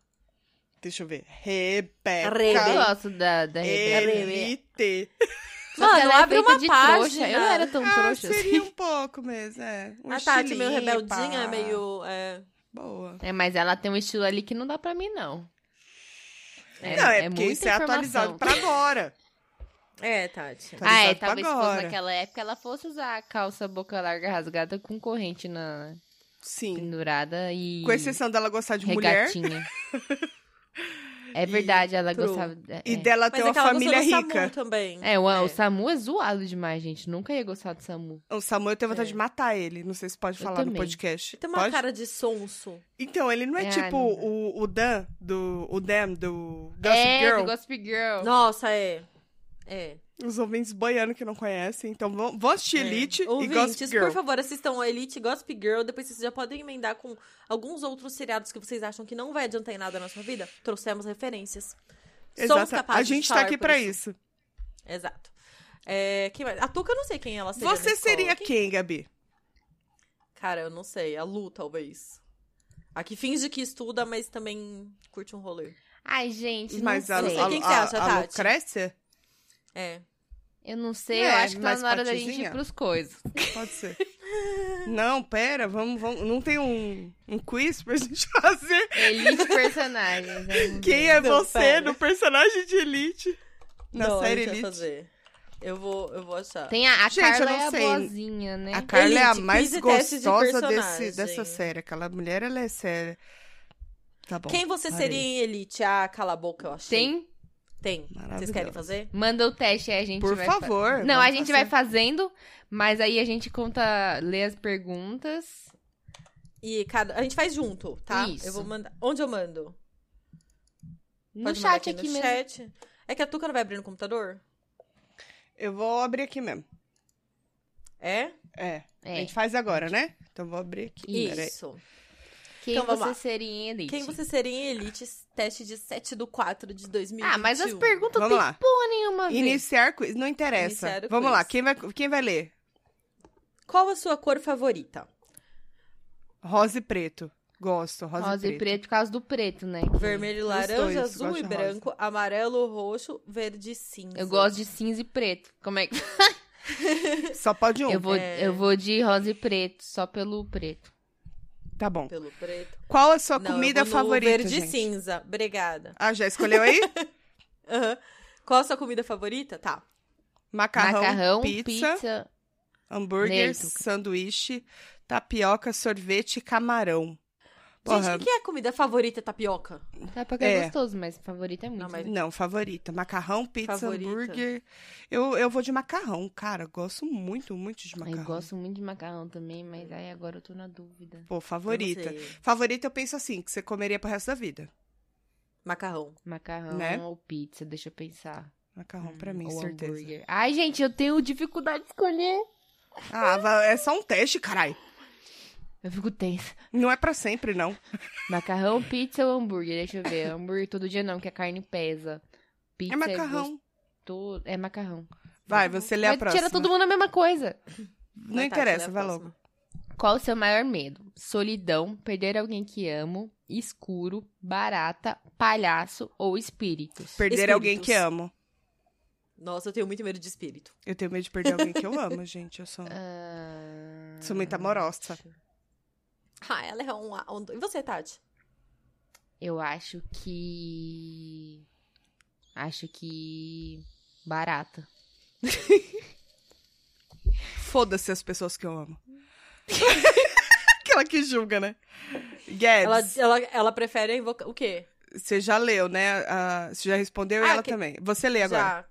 S2: Deixa eu ver. Rebeca.
S1: Eu
S3: Rebeca.
S1: gosto da, da Rebeca.
S2: Elite.
S1: Só que
S3: Mano,
S1: ela é
S3: abre
S1: feita
S3: uma
S1: de
S3: página.
S1: trouxa. Eu não era tão
S2: Ah,
S1: trouxa assim.
S2: seria um pouco mesmo, é. Um
S1: Ah,
S3: a Tati, meio
S2: estilinho,
S3: rebeldinha,
S2: pá.
S3: meio. É,
S2: Boa.
S1: É, mas ela tem um estilo ali que não dá pra mim, não.
S2: não, é, porque
S1: muita
S2: isso é atualizado
S1: informação.
S2: pra agora.
S3: é Tati.
S2: Tá.
S1: Ah, é,
S2: atualizado pra
S1: talvez se fosse
S2: agora.
S1: naquela época ela fosse usar a calça boca larga rasgada com corrente na
S2: Sim.
S1: pendurada e
S2: Com exceção dela gostar de mulher
S1: regatinha. é verdade, ela
S3: true.
S1: gostava... é,
S2: e dela
S3: Mas
S2: ter uma
S3: aquela
S2: família rica.
S3: Samu também.
S1: É, o, o
S3: É.
S1: Samu é zoado demais, gente. Nunca ia gostar do Samu.
S2: O Samuel tem vontade
S3: É.
S2: de matar ele. Não sei se pode
S1: Eu
S2: falar no
S1: também.
S2: podcast.
S3: Tem uma
S2: Pode?
S3: cara de sonso.
S2: Então, ele não é
S1: É,
S2: tipo
S1: não dá.
S2: o, o Dan do. O Dan do Gossip
S1: é,
S2: Girl.
S1: do Gossip Girl.
S3: Nossa, é. É.
S2: Os ouvintes boianos que não conhecem. Então vão, vão assistir Elite
S3: é.
S2: e
S3: Ouvintes,
S2: Gossip Girl.
S3: por favor, assistam a Elite e Gossip Girl. Depois vocês já podem emendar com alguns outros seriados que vocês acham que não vai adiantar em nada na sua vida. Trouxemos referências. Somos
S2: Exata-
S3: capazes
S2: A gente
S3: de
S2: tá
S3: falar
S2: aqui
S3: por
S2: pra isso.
S3: Exato. É, quem mais? A Tuca, eu não sei quem ela seria. na
S2: Você
S3: escola.
S2: seria
S3: Quem-
S2: quem, Gabi?
S3: Cara, eu não sei. A Lu, talvez. A que finge que estuda, mas também curte um rolê.
S1: Ai, gente, não
S2: Mas a,
S1: sei.
S2: a,
S3: Quem que
S2: a,
S3: você acha,
S2: a
S3: Tati?
S2: Lucrécia?
S3: É.
S1: Eu não sei,
S2: É,
S1: eu acho que tá
S2: mais
S1: na hora da gente
S2: patizinha.
S1: ir pros coisas.
S2: Pode ser. não, pera, vamos, vamos. Não tem um, um quiz pra gente fazer?
S1: Elite personagens. vamos
S2: Quem
S1: ver.
S2: é
S3: Não,
S2: você
S3: pera.
S2: no personagem de Elite? Na
S3: não,
S2: série
S3: então a gente vai
S2: Elite.
S3: fazer. Eu vou, eu vou achar.
S1: Tem a, a
S2: Gente, eu
S1: Carla
S2: não
S1: é a
S2: sei.
S1: boazinha, né?
S2: A Carla é a
S3: Elite,
S2: mais
S3: 15 testes de
S2: gostosa
S3: personagem.
S2: desse, dessa série. Aquela mulher, ela é séria. Tá bom.
S3: Quem você
S2: parei.
S3: seria em Elite? Ah, cala a boca, eu achei.
S1: Tem?
S3: Tem. Vocês
S2: Maravilhosa.
S3: querem fazer?
S1: Manda o teste aí, a gente
S2: Por
S1: vai fa-
S2: favor.
S1: Não, a
S2: vamos
S1: gente
S2: fazer.
S1: vai fazendo, mas aí a gente conta, lê as perguntas.
S3: E cada... a gente faz junto, tá?
S1: Isso.
S3: Eu vou mandar. Onde eu mando?
S1: No
S3: Pode mandar
S1: chat aqui,
S3: no
S1: mesmo.
S3: chat. É que a Tuca não vai abrir no computador?
S2: Eu vou abrir aqui mesmo.
S3: É?
S2: É. A
S1: É.
S2: gente faz agora, né? Então vou abrir aqui. Peraí.
S3: Isso.
S1: Quem
S3: Então, vamos
S1: você
S3: lá.
S1: seria em Elite?
S3: Quem você seria em Elite? Teste de 7 do 4 de 2021.
S1: Ah, mas as perguntas não tem
S2: Vamos lá.
S1: porra nenhuma a ver.
S2: Iniciar quiz. Não interessa.
S3: Iniciar o
S2: Vamos
S3: quiz.
S2: lá. Quem vai, quem vai ler?
S3: Qual a sua cor favorita?
S1: Hum,
S2: Rosa e preto. Gosto. Rosa,
S1: Rosa
S2: e preto.
S1: por causa do preto, né? Que-
S3: Vermelho,
S2: Os
S3: laranja,
S2: dois,
S3: azul
S2: gosto
S3: e
S2: de rosa.
S3: branco, amarelo, roxo, verde e cinza.
S1: Eu gosto de cinza e preto. Como é que...
S2: Então, Só pode um.
S1: eu, vou, eu vou de rosa e preto, só pelo preto.
S2: Tá bom.
S3: pelo preto.
S2: Qual a sua
S3: Não, eu
S2: comida
S3: vou no
S2: favorita,
S3: Verde e
S2: gente?
S3: cinza. Obrigada.
S2: Ah, já escolheu aí?
S3: Aham. Qual a sua comida favorita? Tá.
S2: Macarrão,
S1: Macarrão,
S2: pizza,
S1: pizza,
S2: hambúrguer,
S1: Né, Leituca.
S2: sanduíche, tapioca, sorvete e camarão. Porra,
S3: Gente, o que é comida favorita tapioca?
S1: Tapioca é,
S2: É.
S1: gostoso, mas favorito é muito.
S3: Não, mas-
S2: não, favorita. Macarrão, pizza,
S3: Favorita.
S2: hambúrguer. Eu, eu vou de macarrão, cara. Gosto muito, muito de
S1: Ai,
S2: macarrão.
S1: Eu gosto muito de macarrão também, mas aí agora eu tô na dúvida.
S2: Pô, favorita.
S3: Eu não sei.
S2: Favorita eu penso assim, que você comeria pro resto da vida.
S3: Macarrão.
S1: Macarrão
S2: Né?
S1: ou pizza, deixa eu pensar.
S2: Macarrão pra mim,
S1: Hum, ou
S2: certeza.
S1: hambúrguer. Ai, gente, eu tenho dificuldade de escolher.
S2: Ah, va- é só um teste, carai.
S1: Eu fico tensa.
S2: Não é pra sempre, não.
S1: Macarrão, pizza ou hambúrguer? Deixa eu ver. hambúrguer todo dia não, que a carne pesa. Pizza
S2: É macarrão.
S1: gostoso- É macarrão.
S2: Vai, você lê a
S1: Mas
S2: próxima.
S1: tira tá, todo mundo a mesma coisa.
S2: Não
S3: Vai, Tati,
S2: interessa,
S3: lê a
S2: vai
S3: próxima.
S2: logo.
S1: Qual o seu maior medo? Solidão, perder alguém que amo, escuro, barata, palhaço ou espíritos?
S2: Perder alguém que
S3: Espíritos.
S2: amo.
S3: Nossa, eu tenho muito medo de espírito.
S2: Eu tenho medo de perder alguém que eu amo, gente. Eu sou,
S1: Ah,
S2: sou muito amorosa.
S3: Ah, ela é um, um- E você, Tati?
S1: Eu acho que. Acho que. Barata.
S2: Foda-se as pessoas que eu amo. Aquela que julga, né?
S3: Ela,
S2: Guedes,
S3: ela, ela prefere invocar. O quê?
S2: você já leu, né? Ah, você já respondeu e
S3: Ah,
S2: ela
S3: que-
S2: também. Você lê agora.
S3: Já.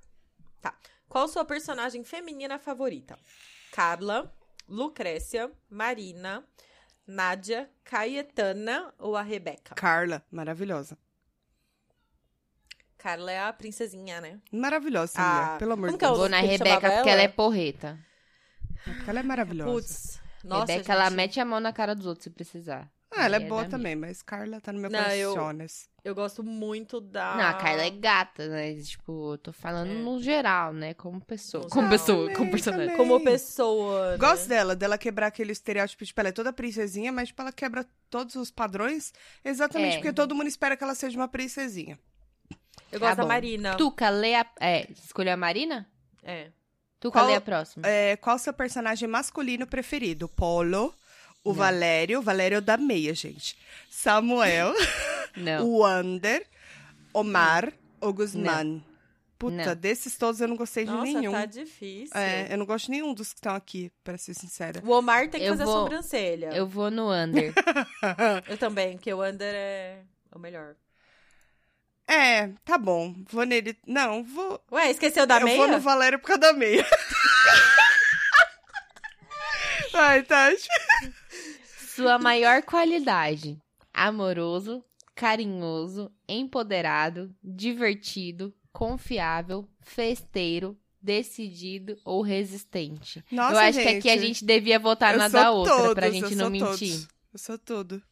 S3: Tá. Qual sua personagem feminina favorita? Carla, Lucrécia, Marina, Nádia, Caetana ou a Rebeca?
S2: Carla, maravilhosa.
S3: Carla é a princesinha, né?
S2: Maravilhosa essa
S3: Ah,
S2: mulher, pelo amor de
S3: como que é
S2: Deus.
S3: o-
S1: Vou na
S3: que que
S1: Rebeca
S3: chamava
S1: porque ela é
S3: ela?
S1: porreta.
S2: Porque Ela é maravilhosa.
S3: Putz. Nossa,
S1: Rebeca,
S3: gente.
S1: ela mete a mão na cara dos outros se precisar.
S2: Ah, ela é
S1: Aí
S2: boa
S1: da
S2: também, mas Carla tá no meu
S3: né, Não, eu-
S2: corações.
S3: Eu gosto muito da.
S1: minha. Não, a Carla é gata, né? Tipo, eu tô falando
S3: Ah. É.
S1: no geral, né? Como pessoa.
S3: No
S1: Como
S3: geral.
S1: pessoa, como
S2: Também,
S1: personagem.
S2: também.
S3: Como pessoa. né?
S2: Gosto dela, dela quebrar aquele estereótipo, tipo, ela é toda princesinha, mas tipo, ela quebra todos os padrões, exatamente
S1: É.
S2: porque todo mundo espera que ela seja uma princesinha.
S3: Eu
S1: Tá
S3: gosto da
S1: bom.
S3: Marina.
S1: Tuca, lê a. É, escolheu a Marina?
S3: É.
S1: Tuca,
S2: Qual-
S1: lê a próxima.
S2: É, qual seu personagem masculino preferido? Polo, o
S1: Não.
S2: Valério, o Valério é o da meia, gente. Samuel,
S1: Não.
S2: o Wander, Omar ou Guzman. Puta,
S1: Não.
S2: desses todos eu não gostei de
S3: Nossa,
S2: nenhum.
S3: tá difícil.
S2: É, eu não gosto de nenhum dos que estão aqui, pra ser sincera.
S3: O Omar tem que
S1: Eu
S3: fazer
S1: vou-
S3: a sobrancelha. Eu...
S1: Eu vou no under.
S3: também, porque o Under é é o melhor.
S2: é, tá bom. Vou nele. Não, vou.
S3: Ué, esqueceu da
S2: eu
S3: meia?
S2: vou no Valério por causa da meia. Ai, tá. Tati.
S1: Sua maior qualidade: amoroso, carinhoso, empoderado, divertido, confiável, festeiro, decidido ou resistente.
S2: Nossa,
S1: eu acho que aqui a gente devia votar
S2: eu
S1: na
S2: sou
S1: da outra pra
S2: todos,
S1: gente não
S2: eu sou
S1: mentir.
S2: todos. Eu sou tudo.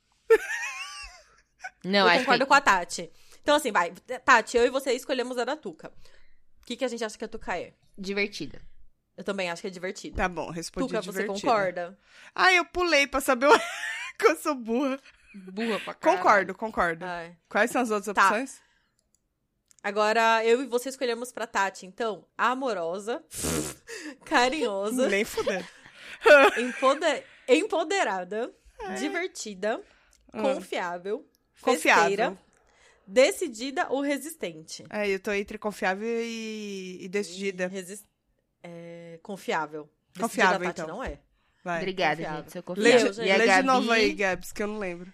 S1: Não,
S3: eu
S1: acho
S3: concordo
S1: que
S3: com a Tati. Então, assim, vai. Tati, eu e você escolhemos a da Tuca. O que, que a gente acha que a Tuca é?
S1: divertida.
S3: Eu também acho que é divertido.
S2: Tá bom, respondi
S3: Tuca, você
S2: divertido.
S3: concorda?
S2: Ai, eu pulei pra saber o... que eu sou burra.
S1: Burra pra caralho.
S2: Concordo, concordo.
S3: Ai.
S2: Quais são as outras
S3: Ah. Tá.
S2: opções?
S3: Agora, eu e você escolhemos pra Tati, então, amorosa, carinhosa,
S2: Nem fuder.
S3: empoder- empoderada, divertida, confiável, festeira,
S2: Hum. Ah, Confiável.
S3: decidida ou resistente.
S2: É, eu tô entre confiável e, e decidida.
S3: Resis- é, confiável. Decidida,
S2: Confiável,
S3: Tati,
S2: então.
S3: não é.
S2: Vai.
S1: Obrigada,
S3: Confiável.
S1: gente. Seu
S2: Lê,
S1: confiável.
S3: gente.
S2: lê
S1: E a
S2: de
S1: Gabi,
S2: novo aí, Gabs, que eu não lembro.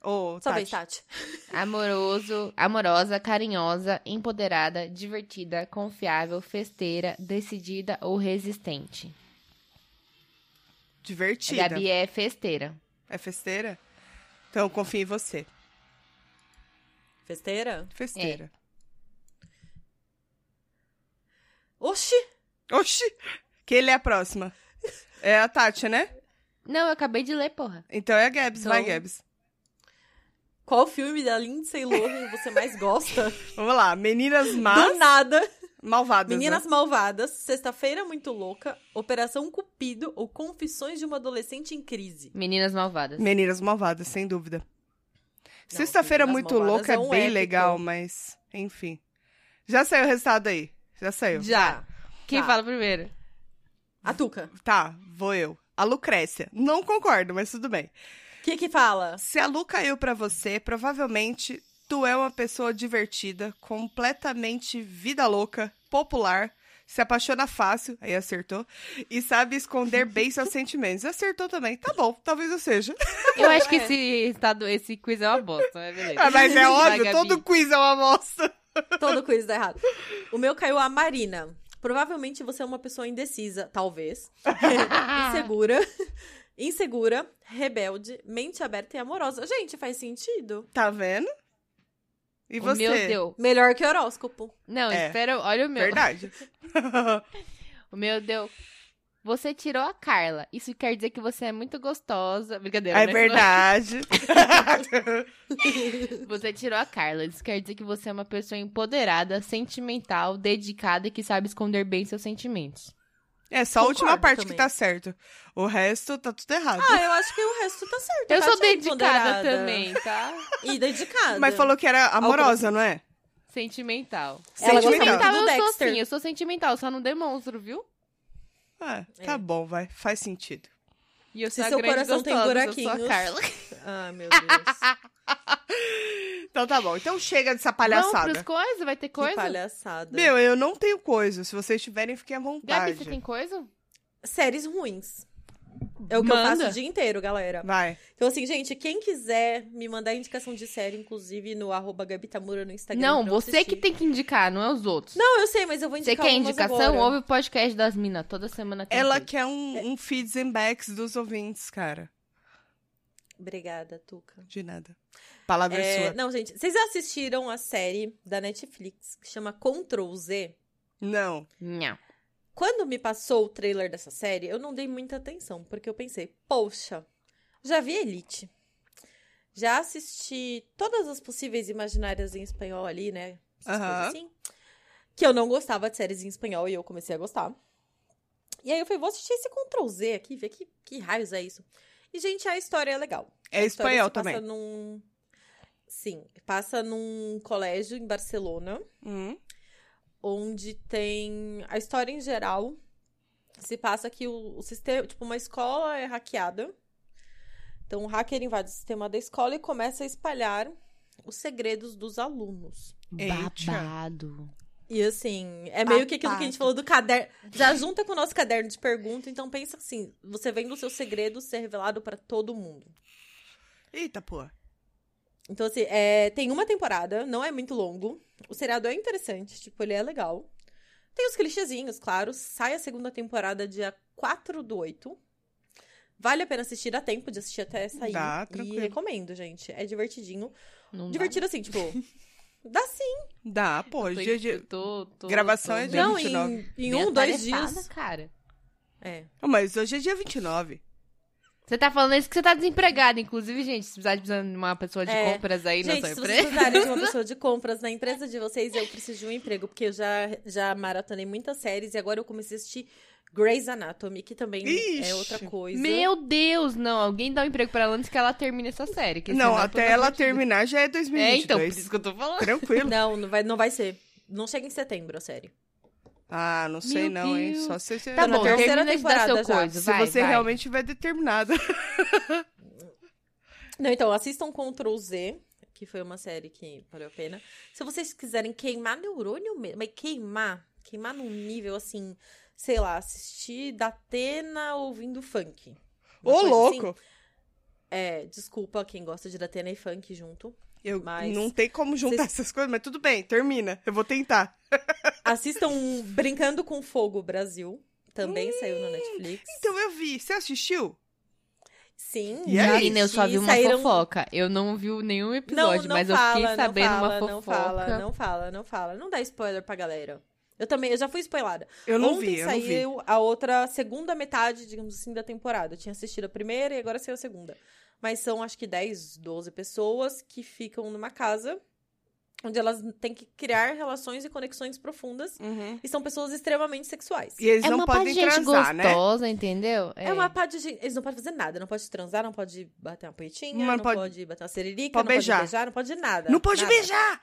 S2: Ô,
S3: Só
S2: Tati.
S3: vem, Tati.
S1: amoroso, amorosa, carinhosa, empoderada, divertida, confiável, festeira, decidida ou resistente. A
S2: Divertida.
S1: Gabi é festeira.
S2: É festeira? Então, eu confio em você.
S3: Festeira?
S2: Festeira.
S3: Oxi! É.
S2: Oxi! Quem lê a próxima? É a Tati, né?
S1: Não, eu acabei de ler, porra.
S2: Então é a Gabs,
S3: Então-
S2: vai, Gabs.
S3: Qual filme da Lindsay Lohan você mais gosta?
S2: Vamos lá. Meninas
S3: Do
S2: más,
S3: nada.
S2: malvadas. né?
S3: Meninas Malvadas, Sexta-feira Muito Louca, Operação Cupido ou Confissões de uma Adolescente em Crise.
S1: Meninas malvadas.
S2: Meninas Malvadas, sem dúvida. Sexta-feira
S3: Meninas
S2: Muito
S3: Malvadas
S2: Louca é,
S3: é um
S2: bem
S3: épico.
S2: legal, mas enfim. Já saiu o resultado aí. Já saiu.
S3: Já.
S1: Quem
S3: Tá.
S1: fala primeiro?
S3: A Tuca.
S2: Tá, vou eu. A Lucrécia. Não concordo, mas tudo bem.
S3: O que que fala?
S2: Se a Lu caiu pra você, provavelmente tu é uma pessoa divertida, completamente vida louca, popular, se apaixona fácil, aí acertou, e sabe esconder bem seus sentimentos. Acertou também. Tá bom, talvez eu seja.
S1: Eu acho que esse, estado, esse quiz é uma bosta, mas beleza.
S2: Ah, mas é
S1: Vai,
S2: óbvio,
S1: Gabi.
S2: todo quiz é uma amostra.
S3: Todo quiz dá errado. O meu caiu a Marina. Provavelmente você é uma pessoa indecisa, talvez.
S1: Ah.
S3: insegura. Insegura, rebelde, mente aberta e amorosa. Gente, faz sentido.
S2: Tá vendo? E
S1: O
S2: você?
S1: meu deu.
S3: Melhor que horóscopo.
S1: Não,
S2: É.
S1: espera, olha o meu.
S2: Verdade.
S1: O meu deu. Você tirou a Carla. Isso quer dizer que você é muito gostosa. Brincadeira.
S2: é
S1: né?
S2: verdade.
S1: Você tirou a Carla. Isso quer dizer que você é uma pessoa empoderada, sentimental, dedicada e que sabe esconder bem seus sentimentos.
S2: é só a última
S3: Concordo
S2: parte que
S3: também.
S2: tá certo. O resto tá tudo errado.
S3: Ah, eu acho que o resto tá certo.
S1: Eu sou
S3: Kátia é
S1: dedicada
S3: empoderada.
S1: também, tá?
S3: E dedicada.
S2: Mas falou que era amorosa, não é?
S1: Sentimental.
S3: Ela gostava
S2: Sentimental.
S1: Sentimental
S3: do
S1: eu sou
S3: Dexter.
S1: sim, eu sou sentimental, só não demonstro, viu?
S2: Ah, tá
S3: É.
S2: bom, vai. Faz sentido.
S1: E eu
S3: Se
S1: sou a
S3: seu
S1: grande
S3: coração tem
S1: gostosa, eu sou a
S3: buraquinhos.
S1: Carla.
S3: Ah, meu Deus.
S2: Então tá bom. Então chega dessa
S1: Vamos
S2: palhaçada.
S1: pras coisas? Vai ter
S3: Que
S1: coisa?
S3: palhaçada.
S2: Meu, eu não tenho coisa. Se vocês tiverem, fiquem à
S1: Gabi,
S2: vontade.
S1: você tem
S3: Tá
S1: coisa?
S3: Séries ruins. É o que eu
S1: Manda.
S3: faço o dia inteiro, galera.
S2: Vai.
S3: Então, assim, gente, quem quiser me mandar indicação de série, inclusive no arroba Gabi Tamura no Instagram.
S1: não,
S3: pra eu
S1: você que
S3: assistir.
S1: tem que indicar, não é os outros.
S3: Não, eu sei, mas eu vou
S1: você
S3: indicar
S1: quer
S3: algumas
S1: indicação?
S3: agora.
S1: Ouve o podcast das minas. Toda semana tem
S2: Ela
S1: coisa.
S2: quer um, um feeds and backs dos ouvintes, cara.
S3: Obrigada, Tuca.
S2: De nada. Palavra
S3: É,
S2: sua.
S3: não, gente, vocês já assistiram a série da Netflix que chama Control Z?
S2: Não.
S1: Não.
S3: Quando me passou o trailer dessa série, eu não dei muita atenção, porque eu pensei, poxa, já vi Elite. Já assisti todas as possíveis imaginárias em espanhol ali, né? Essas
S2: Aham.
S3: coisas assim. Que eu não gostava de séries em espanhol e eu comecei a gostar. E aí eu falei, vou assistir esse Ctrl Z aqui, ver que, que raios é isso. E, gente, a história é legal.
S2: É
S3: A história
S2: espanhol
S3: se passa
S2: também.
S3: Num... Sim, passa num colégio em Barcelona
S2: Hum.
S3: onde tem a história em geral se passa que o, o sistema, tipo, uma escola é hackeada. Então, o hacker invade o sistema da escola e começa a espalhar os segredos dos alunos.
S2: Eita.
S1: Babado.
S3: E assim, é
S2: Tá,
S3: meio que aquilo que a gente falou do caderno. Já junta com o nosso caderno de pergunta, então pensa assim, você vendo o seu segredo ser revelado pra todo mundo.
S2: Eita, pô.
S3: Então, assim, é, tem uma temporada, não é muito longo. O seriado é interessante, tipo, ele é legal. Tem os clichêzinhos, claro. Sai a segunda temporada dia 4 do 8. Vale a pena assistir, dá tempo de assistir até sair.
S2: Dá,
S3: e
S2: tranquilo.
S3: recomendo, gente. É divertidinho.
S1: Não dá. né?
S3: Divertido assim, tipo. dá sim.
S2: Dá, pô. é
S1: Tô-
S2: Dia de-
S1: eu tô- tô-
S2: gravação é
S1: tô
S2: dia
S1: bem-
S3: Não, em,
S2: 29.
S3: em
S1: bem
S3: um, dois
S1: atarefada,
S3: dias.
S1: cara.
S3: É.
S2: Não, Mas hoje é dia 29.
S1: Você tá falando isso que você tá desempregada, inclusive, gente. Se precisar de uma pessoa de
S3: É.
S1: compras aí na
S3: Gente,
S1: sua
S3: se
S1: empresa.
S3: vocês precisarem de uma pessoa de compras na empresa de vocês, eu preciso de um emprego, porque eu já, já maratonei muitas séries e agora eu comecei a assistir Grey's Anatomy, que também
S2: Ixi.
S3: é outra coisa.
S1: Meu Deus, não. Alguém dá um emprego pra ela antes que ela termine essa série. que
S2: não,
S1: senão,
S2: até
S1: pelo
S2: ela
S1: amor de Deus.
S2: terminar já é
S1: É, então, por
S2: 2022.
S1: isso que eu tô falando.
S2: Tranquilo.
S3: Não, não vai, não vai ser. Não chega em setembro a série.
S2: Ah, não sei
S1: Meu
S2: não, hein?
S1: Deus.
S2: Só se você...
S3: Tá
S1: Tá
S3: na
S1: bom,
S3: terceira
S1: termina de dar seu
S3: temporada já.
S1: coisa.
S2: Se
S1: vai,
S2: você
S1: vai.
S2: realmente tiver determinada.
S3: Não, então, assistam Ctrl Z, que foi uma série que valeu a pena. Se vocês quiserem queimar neurônio mesmo, mas queimar, queimar num nível assim, sei lá, assistir Datena ouvindo funk.
S2: Ô,
S3: Uma coisa assim.
S2: louco!
S3: É, desculpa quem gosta de Datena e funk junto.
S2: Eu
S3: Mas-
S2: não tem como juntar essas coisas, mas tudo bem, termina. Eu vou tentar.
S3: Assistam Brincando com Fogo Brasil. Também
S1: Hum.
S3: saiu na Netflix.
S2: Então eu vi. Você assistiu?
S3: Sim.
S2: E é
S3: já
S2: aí?
S1: Menina, eu só
S3: assisti,
S1: vi uma
S3: saíram-
S1: fofoca. Eu não vi nenhum
S3: Não,
S1: episódio,
S3: não
S1: mas
S3: fala,
S1: eu fiquei
S3: não
S1: sabendo
S3: fala,
S1: uma fofoca.
S3: Não fala, não fala, não fala. Não dá spoiler pra galera. Eu também, eu já fui spoilada.
S2: Eu não
S3: Ontem
S2: vi, eu não vi.
S3: saiu a outra, segunda metade, digamos assim, da temporada. Eu tinha assistido a primeira e agora saiu a segunda. Mas são, acho que 10, 12 pessoas que ficam numa casa onde elas têm que criar relações e conexões profundas.
S2: Uhum.
S3: E são pessoas extremamente sexuais.
S2: E eles
S1: É
S2: não
S1: uma pá de
S2: podem
S1: gente
S2: transar, né?
S1: gostosa, entendeu?
S3: É uma pá de gente. Eles não podem fazer nada. Não pode transar, não pode bater uma punhetinha,
S2: Mas
S3: não,
S2: pode-
S3: pode... bater uma ceririca,
S2: pode
S3: não
S2: beijar.
S3: pode beijar, não pode nada.
S2: Não pode
S3: nada.
S2: beijar!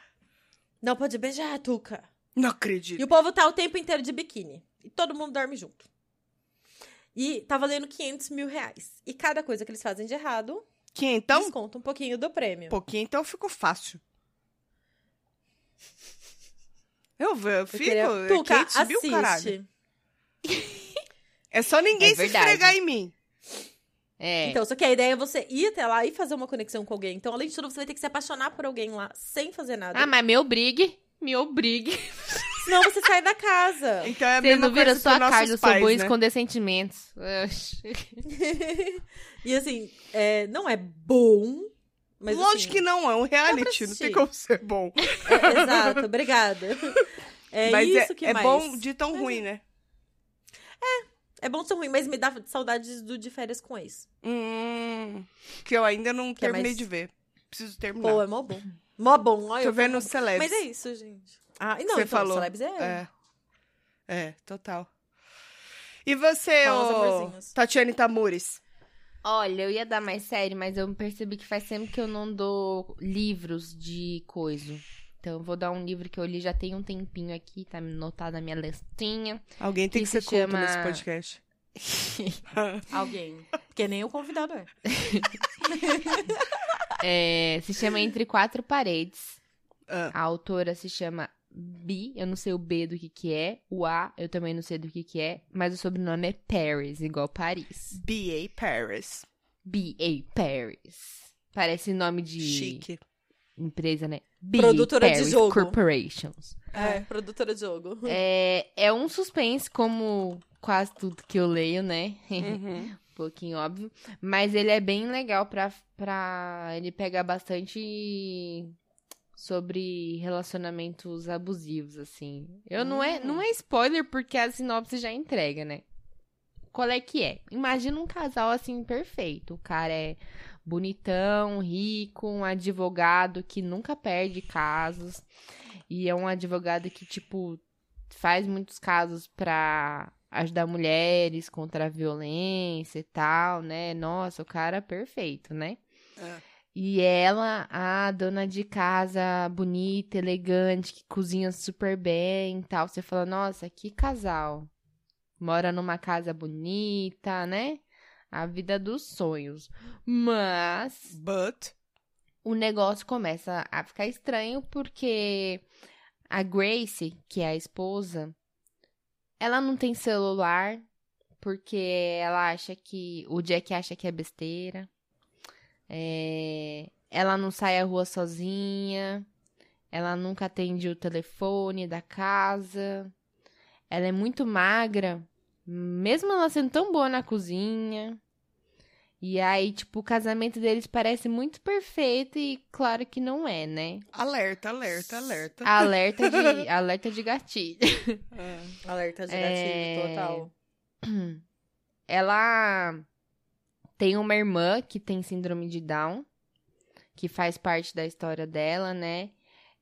S3: Não pode beijar, Tuca.
S2: Não
S3: E
S2: acredito.
S3: o povo tá o tempo inteiro de biquíni. E todo mundo dorme junto. E tá valendo 500 mil reais. E cada coisa que eles fazem de errado,
S2: Que então,
S3: desconta um pouquinho do prêmio.
S2: pouquinho, então ficou fácil. Eu, eu fico.
S3: queria- Tuca,
S2: Kate viu, caralho.
S3: assiste.
S2: É só ninguém
S1: É
S2: se
S1: verdade.
S2: esfregar em mim.
S1: É.
S3: Então, só que a ideia é você ir até lá e fazer uma conexão com alguém. Então, além de tudo, você vai ter que se apaixonar por alguém lá, sem fazer nada.
S1: ah, mas me obrigue. Me obrigue.
S3: Senão você sai da casa.
S2: Então é a
S1: Você
S2: mesma
S1: não vira
S2: coisa
S1: só
S2: que
S1: a
S2: os nossos
S1: Carlos, sou
S2: pais,
S1: boi
S2: né?
S1: esconder sentimentos. Oxi.
S3: e assim, é, não é bom, mas assim,
S2: Lógico que não, é um reality, não
S3: assistir.
S2: tem como ser bom.
S3: que... exato, obrigada. É
S2: Mas
S3: isso
S2: é,
S3: que
S2: é
S3: mais...
S2: bom de tão ruim, né?
S3: É bom ser ruim, mas me dá saudades do de férias com ex.
S2: Hum, que eu ainda não
S3: Que é
S2: terminei
S3: mais-
S2: de ver. Preciso terminar.
S3: Pô, é mó bom. Mó bom, olha.
S2: Tô
S3: eu falo
S2: vendo
S3: mó
S2: o
S3: bom.
S2: Celebs.
S3: Mas é isso, gente. Ah, e não,
S2: Você
S3: então,
S2: falou.
S3: Celebs é...
S2: É. É, total. E você,
S3: Fala os
S2: ô,
S3: amorzinhos.
S2: Tatiane Tamures?
S1: Olha, eu ia dar mais série, mas eu percebi que faz tempo que eu não dou livros de coisa. Então, eu vou dar um livro que eu li já tem um tempinho aqui, tá anotado na minha listinha.
S2: Alguém tem
S1: Que
S2: que,
S1: se
S2: ser culto
S1: chama-
S2: nesse podcast.
S3: Alguém. Porque nem o convidado é.
S1: É, se chama Entre Quatro Paredes.
S2: Ah.
S1: A autora se chama Bi, eu não sei o B do que que é, o A eu também não sei do que que é, mas o sobrenome é Paris, igual Paris.
S2: B.A. Paris.
S1: B.A. Paris. Parece nome de
S2: Chique.
S1: empresa, né? B.A.
S3: Produtora de
S1: Paris
S3: jogo.
S1: Corporations.
S3: É, produtora de jogo.
S1: É, é um suspense, como quase tudo que eu leio, né?
S2: Uhum.
S1: um pouquinho óbvio. Mas ele é bem legal pra, pra ele pegar bastante sobre relacionamentos abusivos, assim. Eu não é,
S2: Hum.
S1: não é spoiler, porque a sinopse já entrega, né? Qual é que é? Imagina um casal assim perfeito. O cara é bonitão, rico, um advogado que nunca perde casos. E é um advogado que, tipo, faz muitos casos pra ajudar mulheres contra a violência e tal, né? Nossa, o cara é perfeito, né?
S2: Ah.
S1: E ela, a dona de casa bonita, elegante, que cozinha super bem e tal. Você fala, nossa, que casal. Mora numa casa bonita, né? A vida dos sonhos. Mas
S2: But...
S1: o negócio começa a ficar estranho porque a Grace, que é a esposa, ela não tem celular porque ela acha que o Jack acha que é besteira. É, ela não sai à rua sozinha. Ela nunca atende o telefone da casa. Ela é muito magra, mesmo ela sendo tão boa na cozinha. E aí, tipo, o casamento deles parece muito perfeito e claro que não é, né?
S2: Alerta, alerta, alerta.
S1: Alerta de, alerta de gatilho.
S2: Ah.
S3: Alerta de
S1: É.
S3: gatilho, total.
S1: Ela tem uma irmã que tem síndrome de Down, que faz parte da história dela, né?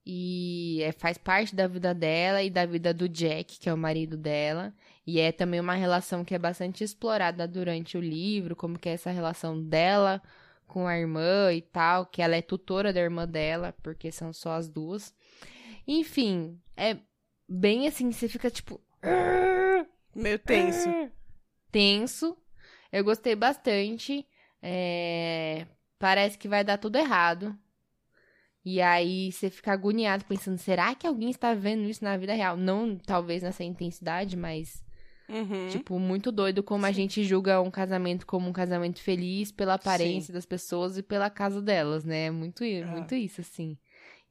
S1: E é, faz parte da vida dela e da vida do Jack, que é o marido dela. E é também uma relação que é bastante explorada durante o livro, como que é essa relação dela com a irmã e tal, que ela é tutora da irmã dela, porque são só as duas. Enfim, é bem assim, você fica tipo.
S2: Meio tenso.
S1: Tenso. Eu gostei bastante. É, Parece que vai dar tudo errado. E aí você fica agoniado pensando, será que alguém está vendo isso na vida real? Não, talvez nessa intensidade, mas
S2: Uhum.
S1: tipo muito doido como a gente julga um casamento como um casamento feliz pela aparência das pessoas e pela casa delas, né? É Muito, i-
S2: Ah.
S1: muito isso assim.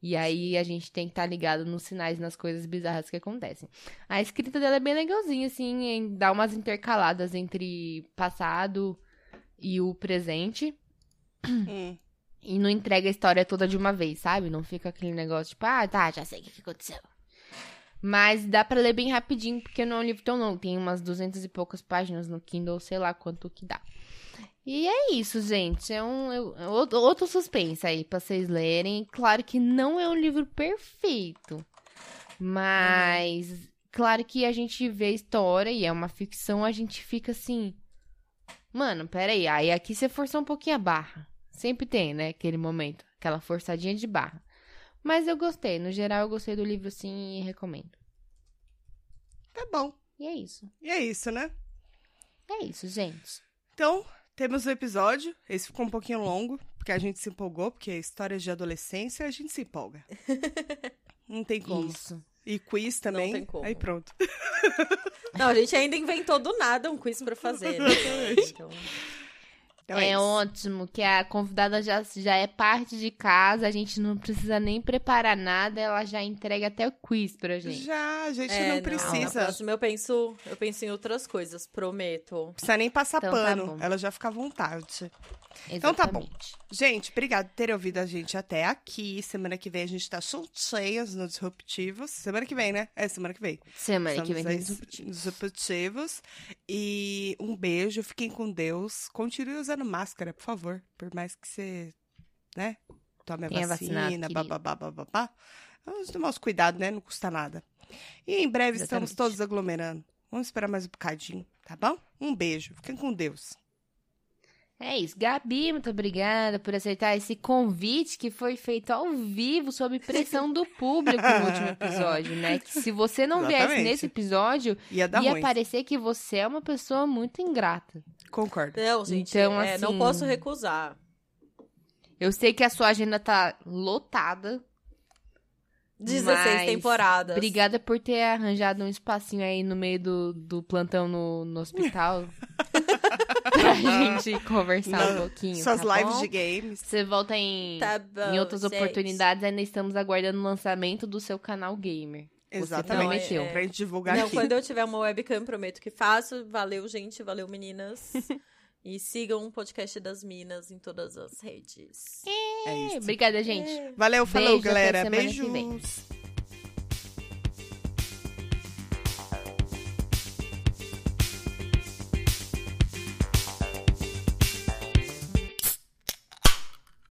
S1: E aí a gente tem que estar ligado nos sinais, nas coisas bizarras que acontecem. A escrita dela é bem legalzinha assim, em- dá umas intercaladas entre passado e o presente.
S2: Hum.
S1: E não entrega a história toda de uma vez, sabe? Não fica aquele negócio tipo, ah, tá, já sei o que que aconteceu. Mas dá pra ler bem rapidinho, porque não é um livro tão longo. Tem umas duzentas e poucas páginas no Kindle, sei lá quanto que dá. E é isso, gente. É um eu- é outro- outro suspense aí pra vocês lerem. Claro que não é um livro perfeito, mas claro que a gente vê a história e é uma ficção, a gente fica assim, mano, peraí. Aí aqui você forçou um pouquinho a barra. Sempre tem, né? Aquele momento, aquela forçadinha de barra. Mas eu gostei, no geral eu gostei do livro sim e recomendo.
S2: Tá bom.
S1: E é isso.
S2: E é isso, né?
S1: É isso, gente.
S2: Então, temos o episódio. Esse ficou um pouquinho longo, porque a gente se empolgou, porque é histórias de adolescência, a gente se empolga. Não tem como.
S1: Isso.
S2: E quiz também.
S3: tem como.
S2: Aí pronto.
S3: Não, a gente ainda inventou do nada um quiz pra fazer. né? Então,
S2: Então
S1: é
S2: isso.
S1: ótimo que a convidada já, já é parte de casa, a gente não precisa nem preparar nada, ela já entrega até o quiz pra gente.
S2: Já, a gente
S3: é,
S2: não
S3: na
S2: precisa.
S3: próxima eu penso, eu penso em outras coisas, prometo.
S2: Precisa nem passar
S1: Então tá
S2: pano.
S1: bom.
S2: Ela já fica à vontade.
S1: Então
S2: tá bom. Gente, obrigado por ter ouvido a gente até aqui. Semana que vem a gente tá cheias no Disruptivos. Semana que vem, né? É, semana que vem.
S1: Semana que vem
S2: Estamos
S1: tem
S2: aí nos Disruptivos. E um beijo, fiquem com Deus. Continue usando máscara, por favor. Por mais que você, né? Tome a
S1: Tenha
S2: vacina,
S1: vacinado, querido.
S2: bababá, bababá. Vamos tomar os cuidados, né? Não custa nada. E em breve estamos
S1: Exatamente.
S2: todos aglomerando. Vamos esperar mais um bocadinho, tá bom? Um beijo, fiquem com Deus.
S1: É isso. Gabi, muito obrigada por aceitar esse convite que foi feito ao vivo, sob pressão do público no último episódio, né? Que se você não viesse
S2: Exatamente.
S1: nesse episódio,
S2: Ia dar
S1: ia
S2: ruim.
S1: parecer que você é uma pessoa muito ingrata.
S2: Concordo.
S3: Não, gente,
S1: Então,
S3: é, não
S1: assim-
S3: posso recusar.
S1: Eu sei que a sua agenda tá lotada.
S3: 16
S1: Mas-
S3: temporadas.
S1: Obrigada por ter arranjado um espacinho aí no meio do, do plantão no, no hospital. pra gente conversar
S2: Não,
S1: um pouquinho.
S2: Suas
S1: tá
S2: lives
S1: bom?
S2: de games.
S1: Você volta em.
S3: Tá bom,
S1: em outras
S3: gente.
S1: oportunidades, ainda estamos aguardando o lançamento do seu canal gamer.
S2: Exatamente.
S1: prometeu.
S2: Pra gente divulgar
S3: Não,
S2: aqui.
S3: quando eu tiver uma webcam, prometo que faço. Valeu, gente. Valeu, meninas. e sigam o podcast das Minas em todas as redes.
S2: É isso. É.
S1: Obrigada, gente.
S2: Valeu, falou,
S1: Beijo, até
S2: galera.
S1: semana que vem.
S2: Beijos.